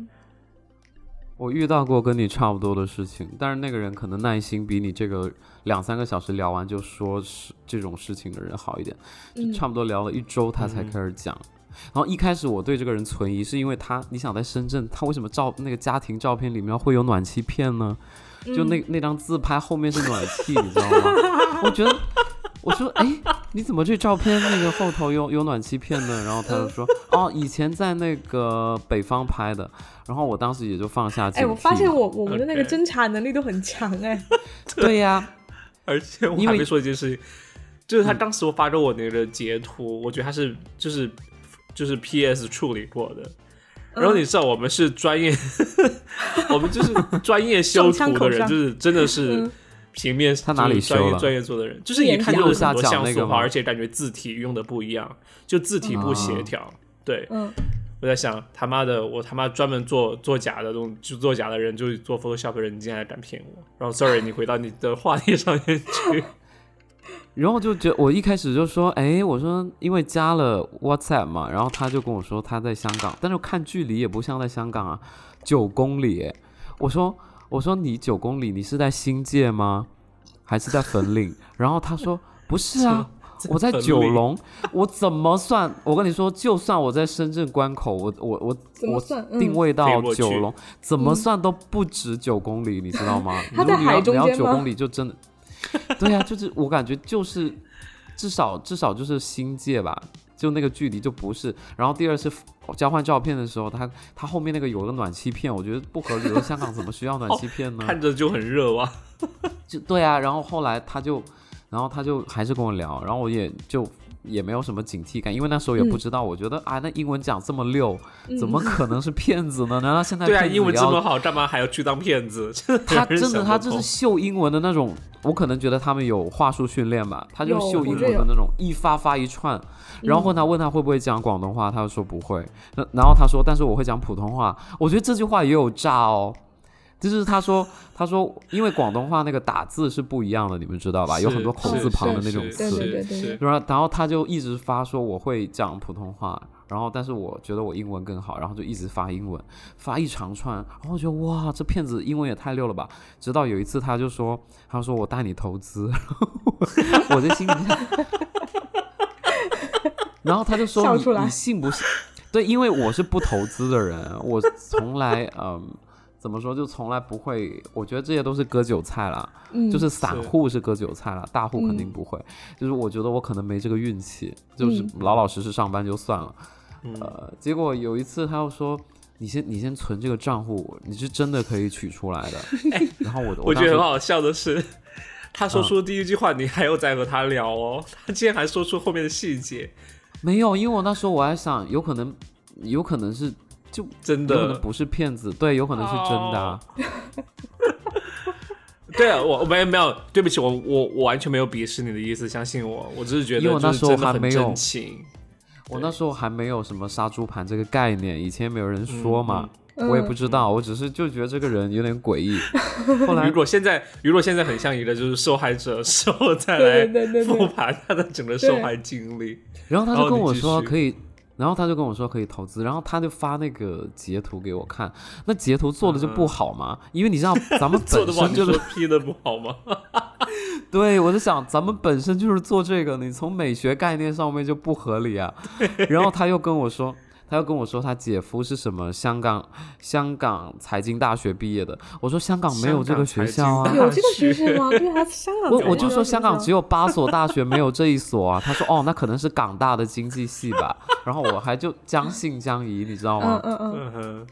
我遇到过跟你差不多的事情，但是那个人可能耐心比你这个两三个小时聊完就说是这种事情的人好一点，就
嗯
差不多聊了一周他才开始讲。然后一开始我对这个人存疑，是因为他，你想在深圳，他为什么照那个家庭照片里面会有暖气片呢？
嗯
就那那张自拍后面是暖气，你知道吗？我觉得，我说，哎，你怎么这照片那个后头有有暖气片呢？然后他就 说，哦，以前在那个北方拍的。然后我当时也就放下警惕
哎，
了。
我发现我我们的那个
OK
侦查能力都很强哎，
对呀、
而且我
因
还
为
没说一件事情，就是他当时我发给我那个截图，我觉得他是就是就是 PS 处理过的。然后你知道我们是专业， 我们就是专业修
手枪
图的
口
人，
上
就是真的是
嗯
平面，
他哪里
就是专
修
业
了
专业做的人，就是一
眼
看
角
就是很多
右下角
像
那
素
个
化，
吗
而且感觉字体用的不一样，就字体不
啊
协调。对，
嗯
我在想他妈的，我他妈专门做做假的东，就做假的人，就是做 Photoshop 的人，你竟然还敢骗我？然后 sorry，你回到你的话题上面去。
然后就觉我一开始就说，哎，我说因为加了 WhatsApp 嘛，然后他就跟我说他在香港，但是我看距离也不像在香港啊，九公里耶。我说我说你九公里，你是在新界吗？还是在粉岭？然后他说不 是啊， 我在
粉岭
九龙， 我怎么算？我跟你说，就算我在深圳关口，我我我
怎么算
我
嗯
定位
飞
到
过去
九龙，怎么算都不止九公里，你知道吗？
他嗯在
如果
海
你
中
要你要
间
九
吗
公里就真的，对呀、啊就是我感觉就是至少至少就是新界吧，就那个距离就不是。然后第二是交换照片的时候，他他后面那个有个暖气片，我觉得不合理。我说香港怎么需要暖气片呢？
看着哦就很热啊哇。
就对啊，然后后来他就，然后他就还是跟我聊，然后我也就也没有什么警惕感，因为那时候也不
嗯
知道，我觉得啊，那英文讲这么溜，
嗯
怎么可能是骗子呢？难道现在
对啊，
骗子
英文
也
这
要
么好，干嘛还要去当骗子？
他
有人
真的，
想
他
不
就是
通
秀英文的那种，我可能觉得他们有话术训练吧，他就
有嗯
秀
我
英文
觉得
的那种，一发发一串。然后问他问他会不会讲广东话，他就说不会。那然后他说，但是我会讲普通话。我觉得这句话也有诈哦，就是他说他说，因为广东话那个打字是不一样的，你们知道吧？有很多口
是
字旁的
是
那种
对
词。
对对对
是
然后然后他就一直发说我会讲普通话，然后但是我觉得我英文更好，然后就一直发英文，发一长串，然后我觉得哇，这骗子英文也太溜了吧！直到有一次他就说，他说我带你投资， 然后我我在心里想， 然后他就说
笑出
你
来
你信不信？对，因为我是不投资的人，我从来嗯。怎么说，就从来不会。我觉得这些都是割韭菜啦，
嗯，
就是散户是割韭菜啦，大户肯定不会。就是我觉得我可能没这个运气，就是
嗯
老老实实上班就算了。
嗯，
呃，结果有一次他又说。你先，你先存这个账户，你是真的可以取出 来的。然后我，
哎我觉
当时
得很好笑的是，他
啊
说出第一句话，你还要再和他聊哦，他竟然还说出后面的细节，
没有，因为我那时候我还想，有可能，有可能是就
真
有可能
的。
不是骗子，对，有可能是真的、啊。
哦
对啊，我我没有没有，对不起，我我我完全没有鄙视你的意思，相信我，我只是觉得
因为我那
就是
时候
真的
还
很
没有
真情。
我那时候还没有什么杀猪盘这个概念，以前没有人说嘛，
嗯
我也不知道，我只是就觉得这个人有点诡 异。
如
后来
果现在，如果现在很像一个就是受害者 事后再
对
来
对对对对
复盘他的整个受害经历，
然后他就跟我
然后
说
哦你继续
可以，然后他就跟我说可以投资，然后他就发那个截图给我看，那截图做的就不好嘛，因为你知道 咱们
嗯做
本
的不好，
身
你
就
说
是，
P 的不好吗？
对我就想咱们本身就是做这个，你从美学概念上面就不合理啊。然后他又跟我说。他又跟我说，他姐夫是什么香港香港财经大学毕业的。我说香港没有这个学校啊
香，
有这个学生吗？对啊，香港
我
怎么
我就
会有
说
这
香港
种
只有八所大学，没有这一所啊。 他说哦，那可能是港大的经济系吧。 然后我还就将信将疑，你知道
嗯
吗？
嗯嗯，
嗯哼，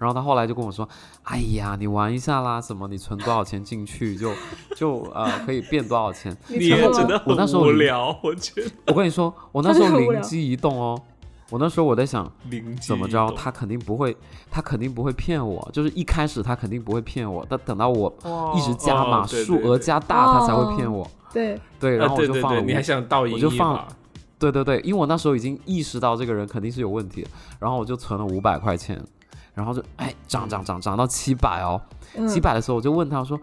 然后他后来就跟我说，哎呀，你玩一下啦，什么你存多少钱进去就 就呃可以变多少钱。
你
嗯你
也
错
真
了，
的
我那时
很
候
无聊，我觉 得
我跟你说，我那时
真的
候
很无聊
灵机一 动哦，我那时候我在想，
灵机
怎么
一
着，
动
他肯定不会，他肯定不会骗我。就是一开始他肯定不会骗我，但等到我一直加
哦
码，
对对
数
对
额加大，他才
哦
会骗我。
对，
对，然
啊
后我
对
就
对
放
对
了
你
五
还想倒赢
我就
一
放
把
对对对，因为我那时候已经意识到这个人肯定是有问题，然后我就存了五百块钱，然后就哎涨涨涨涨到七百哦，
嗯，
七百的时候我就问他说，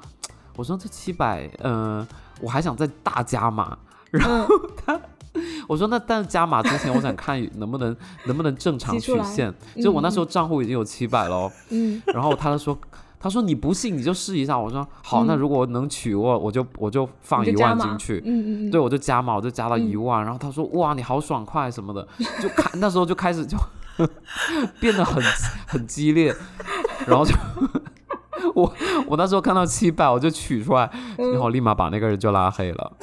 我说这七百，呃，我还想再大加码，
嗯，
我说那但加码之前我想看能不能 能不能正常
挤出
取
来
现，就我那时候账户已经有七百了哦，
嗯，
然后他就说。他说：“你不信你就试一下。”我说：“好，那如果能取我，我就我就 放
嗯你
一
就加
万
码
进去。
嗯嗯嗯，
对，我就加嘛，我就加到一万，然后他说哇，你好爽快什么的，就开那时候就开始就 变得很很激烈，然后就 我我那时候看到七百我就取出来，
嗯
然后立马把那个人就拉黑了。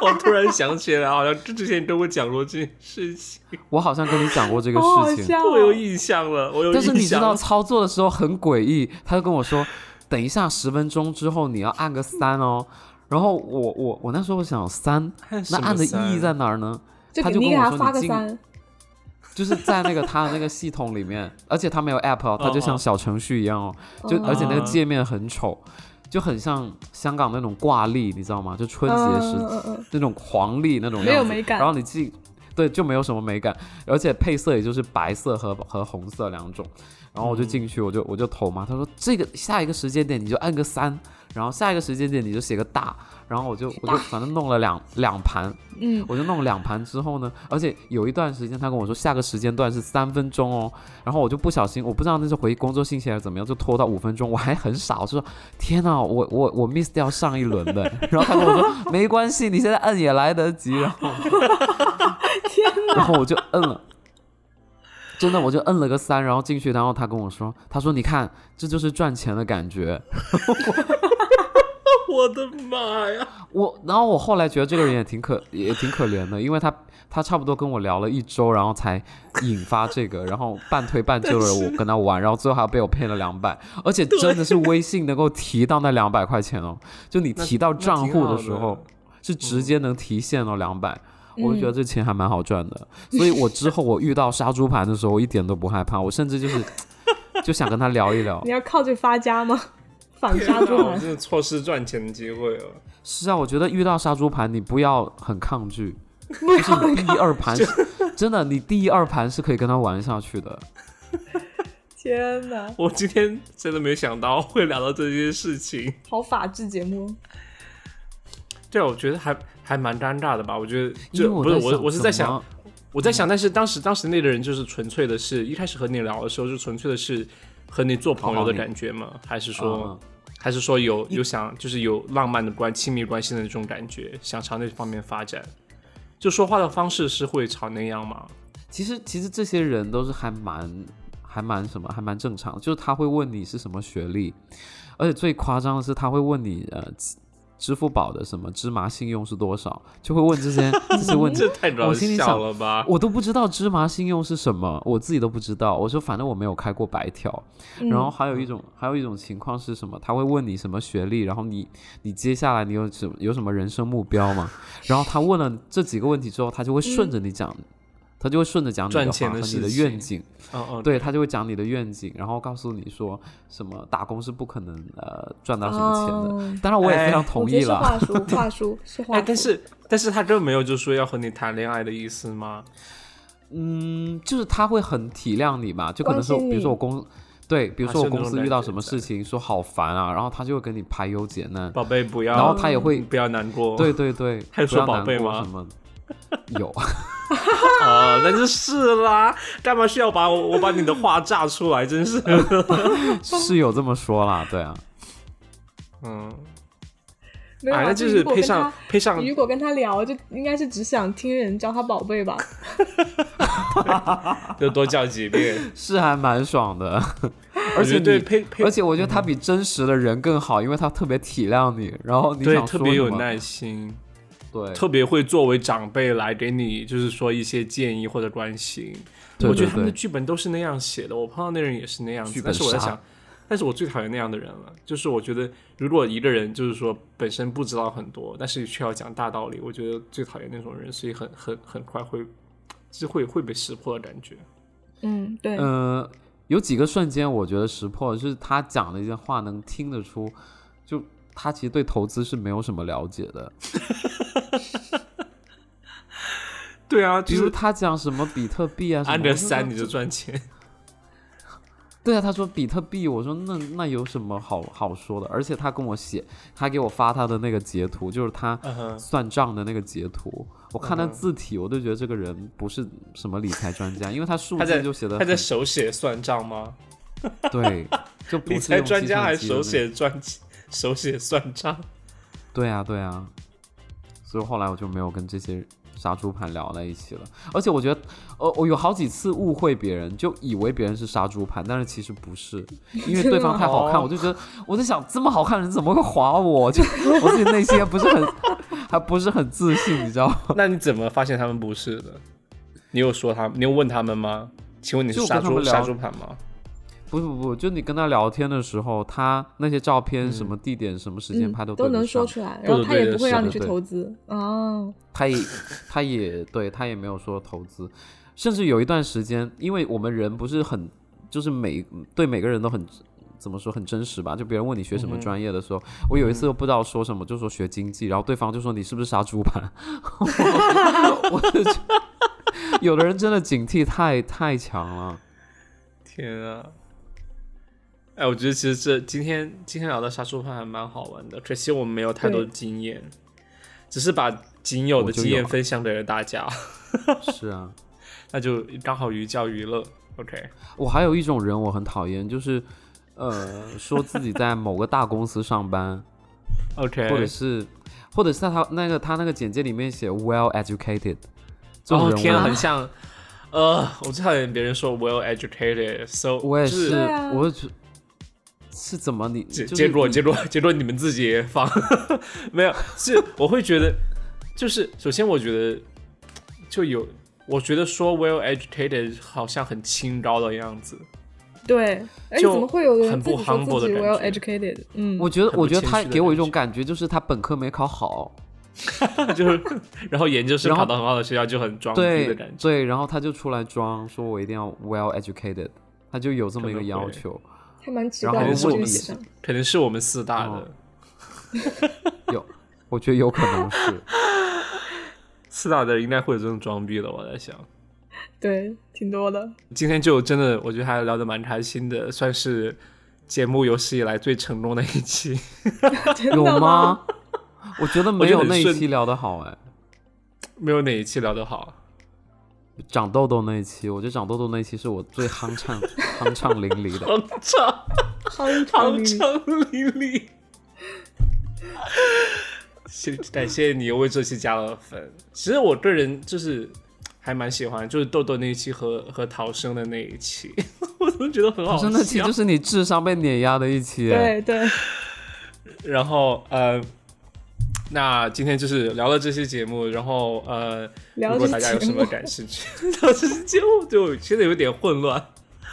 我突然想起来，好像之之前你跟我讲过这件事 情，
我好像跟你讲过这个
好好
事情，
笑哦，
我有印象了，我有
但是你
印
知
象
道
了。
操作的时候很诡异，他就跟我说，等一下十分钟之后你要按个三哦。然后我我我那时候想三，那按的意义在哪儿呢？
就
他
给
就
你
跟
给
我
他
说
发
你
个
进
三，
就是在那个他的那个系统里面，而且他没有 app 哦，他就像小程序一样哦，就
哦
而且那个界面很丑，就很像香港那种挂历，你知道吗？就春节时
嗯嗯嗯嗯
那种黄历那种
没有
样子
美感
然后你记，对，就没有什么美感，而且配色也就是白色和和红色两种。然后我就进去，我
嗯
就我就投嘛。他说这个下一个时间点你就按个三，然后下一个时间点你就写个大，然后我就我就反正弄了两两盘，
嗯，
我就弄了两盘之后呢，而且有一段时间他跟我说下个时间段是三分钟哦，然后我就不小心，我不知道那是回工作信息还是怎么样，就拖到五分钟，我还很傻，我就说天呐，我我我 miss 掉上一轮的，然后他跟我说没关系，你现在摁也来得及，然后
天
然后我就摁了。真的，我就摁了个三，然后进去，然后他跟我说，他说你看，这就是赚钱的感觉。
我的妈呀！
我，然后我后来觉得这个人也挺可，也挺可怜的，因为他他差不多跟我聊了一周，然后才引发这个，然后半推半就的我跟他玩，然后最后还被我骗了两百，而且真的是微信能够提到那两百块钱哦，就你
那
提到
那
账
挺
户
好嗯
的时候是直接能提现哦两百。我就觉得
嗯
这钱还蛮好赚的，所以我之后我遇到杀猪盘的时候，我一点都不害怕，我甚至就是 就想跟他聊一聊
嗯你。要靠这发家吗？反
天
杀
哪
猪
我
盘，
真的错失赚钱的机会了。
是啊，我觉得遇到杀猪盘，你不要很抗拒，
不要
就是你第一二盘是， 真的，你第一二盘是可以跟他玩下去的。
天哪，
我今天真的没想到会聊到这些事情，
好法制节目，
对，啊我觉得还还蛮尴尬的吧。我觉得
因为
就不是
在
我，
想，
我是在想
怎么，
我在想，但是当时当时那个人就是纯粹的是，一开始和你聊的时候就纯粹的是和你做朋友
哦
的感觉吗？还是说，还是说有有想就是有浪漫的关亲密关系的那种感觉，想朝那方面发展？就说话的方式是会朝那样吗？
其实其实这些人都是还蛮还还蛮什么，还蛮正常的。就是他会问你是什么学历，而且最夸张的是他会问你呃，支支付宝的什么芝麻信用是多少，就会问这些这些问题。
这太搞
我心里
笑
想
了吧？
我都不知道芝麻信用是什么，我自己都不知道。我说反正我没有开过白条。
嗯
然后还有一种还有一种情况是什么？他会问你什么学历，然后你你接下来你有什有什么人生目标吗？然后他问了这几个问题之后，他就会顺
嗯
着你讲，他就会顺着讲你
赚
的
钱
话
的
和
事
你的
情
愿景。
哦哦，
对他就会讲你的愿景，然后告诉你说什么打工是不可能呃赚到什么钱的。
哦
当然我也非常同
我觉得
意
是
了，
话术，话术是话
哎
术，，
但是但是他根本没有就说要和你谈恋爱的意思吗？
嗯，就是他会很体谅你吧，就可能是
关心
比如说
你
我公。对，比如
啊
说
是那
我公
种
司
感
遇到
觉
什么
在
事情，说好烦啊，然后他就会跟你排忧解难，
宝贝，不要，
然后他也会，
不要难过。
对对对，
还有
不
说
要
宝
难
贝
过
吗
什么？有，
哦，那就是啦，干嘛需要把我我把你的话炸出来？真是，
是有这么说啦，对啊，
嗯，
没有
啊，
啊
那就是
如果
配
跟
上
他
配上
如果跟他聊，就应该是只想听人叫他宝贝吧。
就多叫几 遍，
是还蛮 爽的，
我
而
觉
且
得对
你，
配配嗯
而且我觉得他比真实的人更好，因为他特别体谅你，然后你
对
想
特
说
别
什
有
么
耐心，
对，
特别会作为长辈来给你就是说一些建议或者关心。
对
我觉得
对
他们的
对
剧本都是那样写的，我碰到那人也是那样子
剧。
但
本
是我在
杀
想，但是我最讨厌那样的人了。就是我觉得，如果一个人就是说本身不知道很多，但是却要讲大道理，我觉得最讨厌那种人，所以很很很快会，是会会被识破的感觉。
嗯，对，
呃，有几个瞬间我觉得识破，就是他讲的一些话能听得出，就他其实对投资是没有什么了解的，
对啊，
比
就
如
是
他讲什么比特币啊什么，
安德
我就
三
说
你就赚 钱，
对啊，他说比特币，我说那那有什么好好说的？而且他跟我写，他给我发他的那个截图，就是他
嗯哼
算账的那个截图。我看他
嗯哼
字体，我都觉得这个人不是什么理财专家，因为他数
他在
字就写的
他在手写算账 吗？
对，就不
理
是
财
用
专
计
家
算
还
机的
手
那种
写专手写算 账？
对啊，对啊，所以后来我就没有跟这些杀猪盘聊在一起了。而且我觉得，呃，我有好几次误会别人，就以为别人是杀猪盘，但是其实不 是，因为
真
对
的
方太好看，
吗
我就觉得我在想，这么好看的人怎么会划我？就我自己内心还不是很，还不是很自信，你知道吗？
那你怎么发现他们不是的？你有说他们，你有问他们吗？请问你是
就
杀
跟他
猪
们聊
杀猪盘吗？
不是不不，就你跟他聊天的时候，他那些照片、什么地点、什么时间
嗯
拍都，对
都
得
能说
上
出来，
对
然后
对
他
对
也不会
是
的
让你去
对
投资哦，
他也，他也对他也没有说投资，甚至有一段时间，因为我们人不是很，就是每对每个人都很怎么说很真实吧？就别人问你学什么专业的时候，我有一次又不知道说什么，就说学经济，然后对方就说你是不是杀猪盘？ 我就觉得有的人真的警惕太太强了。
天啊！哎，我觉得其实这今天今天聊的杀猪盘还蛮好玩的，可惜我们没有太多
对
经验，只是把仅有的
我就
经验
有
分享给了大家，
是啊，
那就刚好寓教于乐。OK，
我还有一种人我很讨厌，就是呃，说自己在某个大公司上班。
OK，
或者是，或者是他他那个他那个简介里面写 well educated，这种
哦
人
天啊，
我
很像，呃，我最讨厌别人说 well educated，so
我也，
就是
对啊
我就觉是怎么你
结
就是
结果
你
结果结果你们自己也放， 没有是我会觉得，就是首先我觉得就有，我觉得说 well educated 好像很清高的样子，
对，哎，
就
怎么会有
很
人自
不
己说
humble
自己
的感
well
觉
educated？嗯，
我觉得
很
我
不
觉得
谦
他
虚的
给我
感
一种感觉，就是他本科没考好，
就是然后研究生
然后
考到很好的学校就很装逼的
对
感觉，
对，然后他就出来装，说我一定要 well educated，他就有这么一个
可能
要
会
求，
还蛮奇
然
怪
后
的，
问
这
你
个现象
可能是我们四大的。
哦有，我觉得有可 能是，
四大的应该会有这种装逼的，我在想。
对，挺 多的。
今天就真的，我觉得还聊得蛮开心的，算是节目有史以来最成功的一期。
真
有
的？
吗？我觉得没
觉得
有
很
那一
顺
期聊得好哎。
没有哪一期聊得好，
长痘痘那一期，我觉得长痘痘那一期是我最酣 畅酣畅淋漓的。
我操！
酣畅
长
淋漓，
城淋漓。谢感谢你又为这期加了分。其实我个人就是还蛮喜欢，就是豆豆那一期和和逃生的那一期， 我都觉得很好
真的其实
笑
就。是你智商被碾压的一期，
对对，
然后呃，那今天就是聊了这期节目，然后呃，如
聊了
果
这
大家有
节
什么
目，
感兴趣， 聊这期节目就现在有点混乱。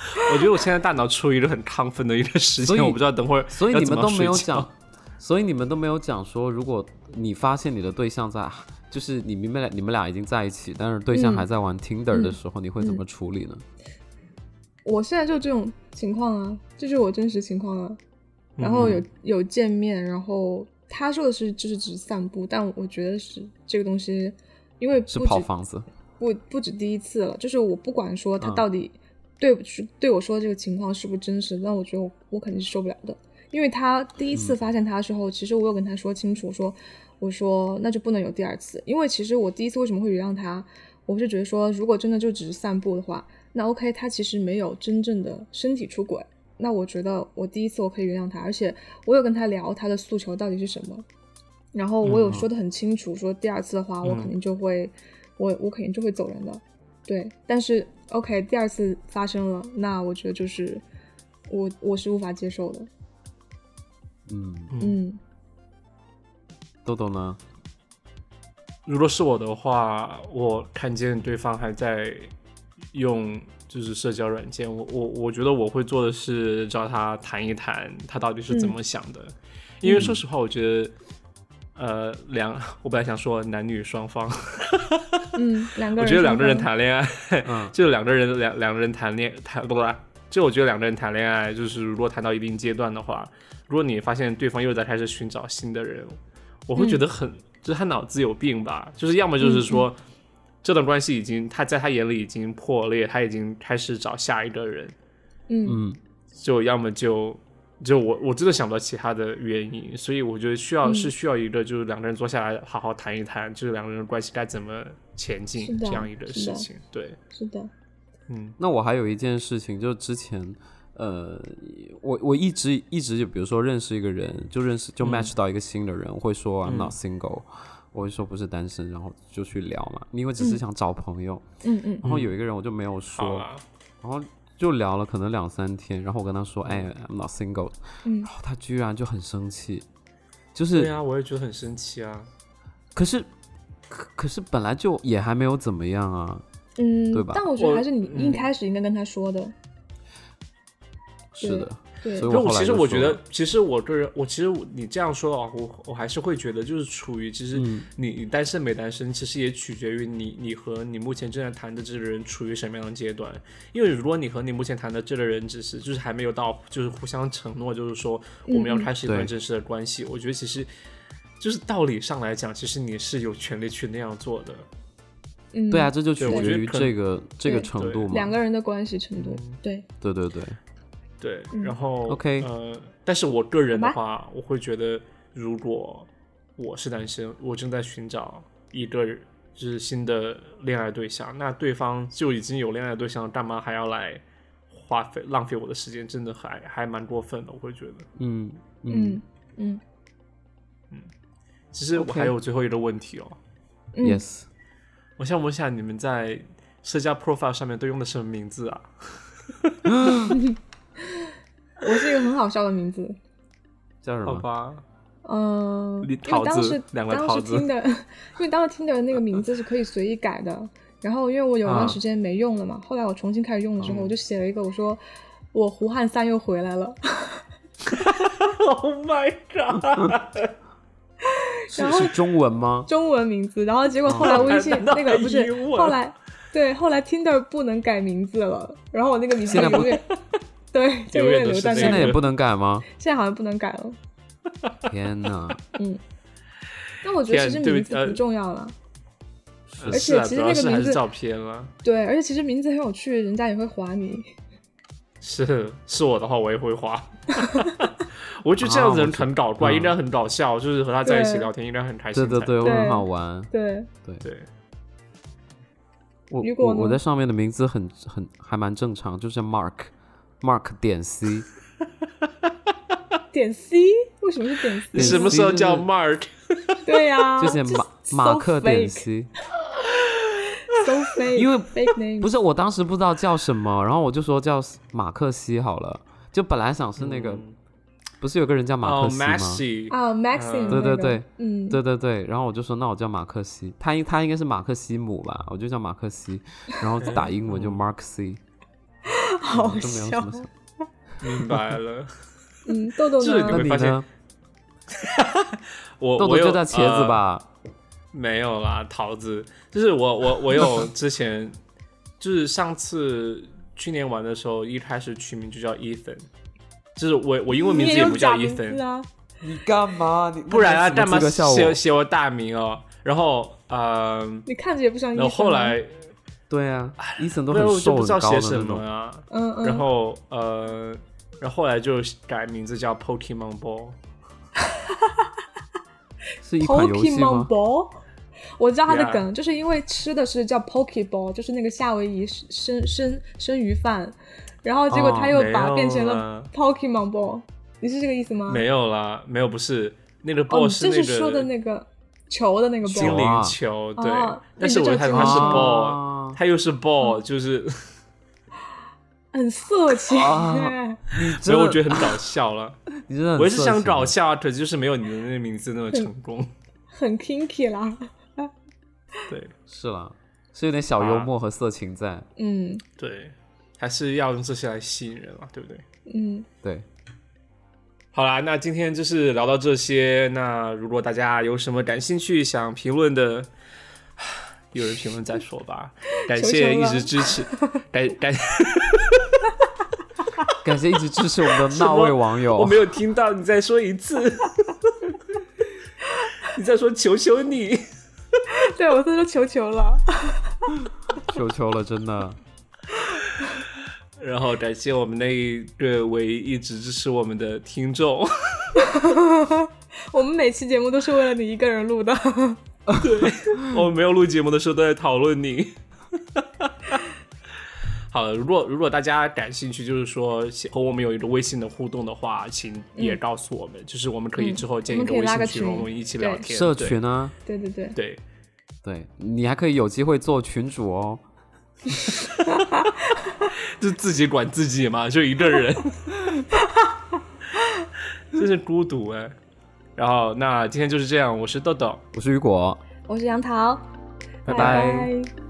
我觉得我现在大脑处于一个很亢奋的一个时
所以
间，我不知道等会儿
所以
要
你
怎
们
么
都没有
睡觉
讲， 所以你们都没有讲说，如果你发现你的对象在，啊就是你明白了你们俩已经在一起，但是对象
嗯
还在玩 Tinder 的
嗯
时候，你会怎么处理呢？
嗯
我现在就这种情况啊，这是我真实情况啊。然后
嗯
有有见面，然后他说的是就是只是散步，但我觉得是这个东西，因为不
是
止
跑房子？
不不止第一次了，就是我不管说他
嗯
到底对不是对我说的这个情况是不是真实，但我觉得我我肯定是受不了的，因为他第一次发现他的时候，其实我有跟他说清楚说，我说那就不能有第二次，因为其实我第一次为什么会原谅他，我是觉得说如果真的就只是散步的话，那 OK 他其实没有真正的身体出轨，那我觉得我第一次我可以原谅他，而且我有跟他聊他的诉求到底是什么，然后我有说的很清楚，说第二次的话，我肯定就会，我我肯定就会走人的，对。但是 OK，第二次发生了，那我觉得就是我我是无法接受的，
嗯，
嗯
豆豆呢？
如果是我的话，我看见对方还在用就是社交软件，我我我觉得我会做的是找他谈一谈，他到底是怎么想的。因为说实话，我觉得，呃，两 我本来想说男女双方，
嗯，两个
我
人，
觉得两个人，谈恋爱，
嗯
就两个人两两个人谈恋谈不啦，就我觉得两个人谈恋爱，就是如果谈到一定阶段的话，如果你发现对方又在开始寻找新的人，我会觉
嗯
得很，就是他脑子有病吧，就是要么就是说。这段关系已经，他在他眼里已经破裂，他已经开始找下一个人，
嗯
嗯
就要么就就我我真的想不到其他的原因，所以我觉得需要、
嗯
是需要一个就是两个人坐下来好好谈一谈，就是两个人的关系该怎么前
是
进
的
这样一个
是
事
的
情。对，
是的，
嗯
那我还有一件事情，就是之前，呃，我我一直一直就比如说认识一个人，就认识就
嗯
match 到一个新的人，我会说 I'm
嗯
not single，、我会说不是单身，然后就去聊嘛，因为只是
嗯
想找朋友。
嗯嗯
然后有一个人我就没有
好啊
说，
啦，
然后就聊了可能两三天，然后我跟他
嗯
说，哎，I'm not single，
嗯
然后他居然就很生气，就
对
是、
啊，我也觉得很生气啊。
可是可可是本来就也还没有怎么样啊，
嗯，
对吧
但我觉得
我
还是你
嗯
一开始应该跟他说的，
是
对
的，
对
所以
就
后来
其实
就
我觉
说
得，其实我个人，我其实我你这样说啊，我我还是会觉得，就是处于其实你你单身没单身，其实也取决于你你和你目前正在谈的这个人处于什么样的阶段。因为如果你和你目前谈的这个人只是就是还没有到就是互相承诺，就是说我们要
嗯嗯
开始一段
对
正式的关系，我觉得其实就是道理上来讲，其实你是有权利去那样做的。
嗯，
对啊，，这就取
对我觉得
决于
可
这个这个
对
程度嘛。
两个人的关系程度，对，
对对对，
对，
嗯
然后
OK
呃，但是我个人的
好
话，我会觉得，如果我是单身，我正在寻找一个就是新的恋爱对象，那对方就已经有恋爱对象了，干嘛还要来花费浪费我的时间？真的还还蛮过分的，我会觉得。
嗯嗯
嗯嗯
其实我
OK
还有最后一个问题哦，
嗯
，yes，
我想问一下你们在社交 profile 上面都用的什么名字啊？
我是一个很好笑的名字，
叫什
好
么？
吧，
嗯，
李
因为
桃
当
子
时
两个
当
桃
时
子
听的，因为当时听的那个名字是可以随意改的。然后因为我有
啊
段时间没用了嘛，后来我重新开始用的时候，
嗯
我就写了一个，我说我胡汉三又回来了。
Oh my god！
是
然后
是中文吗？
中文名字，然后结果后来微信
哦难道
那个不
还疑
是
问
后来对后来 Tinder 不能改名字了，然后我那个名字
现在不
永 远对就
永远
永远
都
留
是
在
那
那
现
个
在
里，
也不能改 吗？
现在好像不能改了。
天哪！
嗯，但我觉得其实
天对不
名字
呃
不重要了，
是
而
是
且
啊，
其
主
实
要
那个
是还
名
是
字
照片啊了。
对，而且其实名字很有趣，人家也会划你。
是是我的话，我也会花。 我觉得这样子人很搞怪，
啊我知
应该很搞笑，就是和他在一起
对
聊天应该很开心
对
才。
对对，我
对
很好玩。
对，
对
我
如
我
果呢
我在上面的名字很很还蛮正常，就是 Mark Mark 点 C，
点 C 为什么是点 C？
你什么时候
就是
叫 Mark？
对呀、
就是
just
马
so
马克点
fake
C，
so fake，
因为
fake name
不是，我当时不知道叫什么，然后我就说叫马克西好了，就本来想是那个，不是有个人叫马
嗯哦
克西吗？
，Maxi，
啊，Maxine，
嗯
对
那
对
个
对，
嗯，
对对对，然后我就说那我叫马克西，他应他应该是马克西姆吧，我就叫马克西，然后打英文就 Mark C，
好
都没有什
笑
么，想。
明白 了。
嗯，豆豆
这
那
个
呢？
你
发现
呢？
我
豆豆
我有
就叫茄子
呃
吧？
没有啦，桃子，就是我我我 有之前就是上次去年玩的时候，一开始取名就叫 Ethan，就是我我英文名字
你
也
也
不
用假
叫
名字
Ethan，
啊，
你干嘛？你
不然啊，
那
干
你
嘛
有什么资格笑我
写写我大名哦？然后嗯，
你看着也不像医
然
生
后
啊。
后来
对啊，医生都
没有
很
我就
瘦
不
很
知道
高
写
的
什
那
么
种。
啊，
嗯，嗯
然后呃，然后后来就改名字叫 Pokemon Ball，
是一款游戏
Pokemon
吗？
Ball，我 知道它的
Yeah
梗就是因为吃的是叫 Poke Ball，就是那个夏威夷生生生生鱼饭，然后结果
哦
他又
没
把它
有
变成了
啦
Pokemon Ball，你是这个意思吗？
没有啦，没有不是那个
哦，
Ball
你
是
这
那
是说的
个
那个球的那个
精
ball，啊
灵球，对
哦，
但是
那
我
个叫
看
精
它是
灵嗯
Ball。啊
哦，
它又是 ball，就是，
很色情
啊
哎，
所以我觉
得
得很搞笑了。
你 真的很
我也是
色
想
情啊
搞笑，啊可是就是没有你的那个名字那么成功。
很 kinky 啦。
对
是啦，是有点
啊
小幽默和色情在。
嗯
对，还是要用这些来吸引人嘛，对不对？
嗯，
对，
好啦，那今天就是聊到这些。那如果大家有什么感兴趣想评论的，有人评论再说吧。感谢一直支持，感感，
感谢一直支持我 们的那位网
我
友
没。有听到，你再说一次， 你再说，求求你。
对我在说球球了，
求求了，真的，
然后感谢我们那一个唯一一直支持我们的听众，
我们每期节目都是为了你一个人录的。
我哦们没有录节目的时候都在讨论你。 好了，如果如果大家感兴趣，就是说和我们有一个微信的互动的话，请也告诉我们，就是我们可以之后建一个
嗯我
微
们可以拉
信
个
群，
群
我们一起聊 天。
社
对
群啊，
对对对，
对，
对你还可以有机会做群主哦。
就自己管自己嘛，就一个 人，真是孤独哎、然后那今天就是这样，我是豆豆，
我是雨果，
我是杨桃，拜
拜拜
拜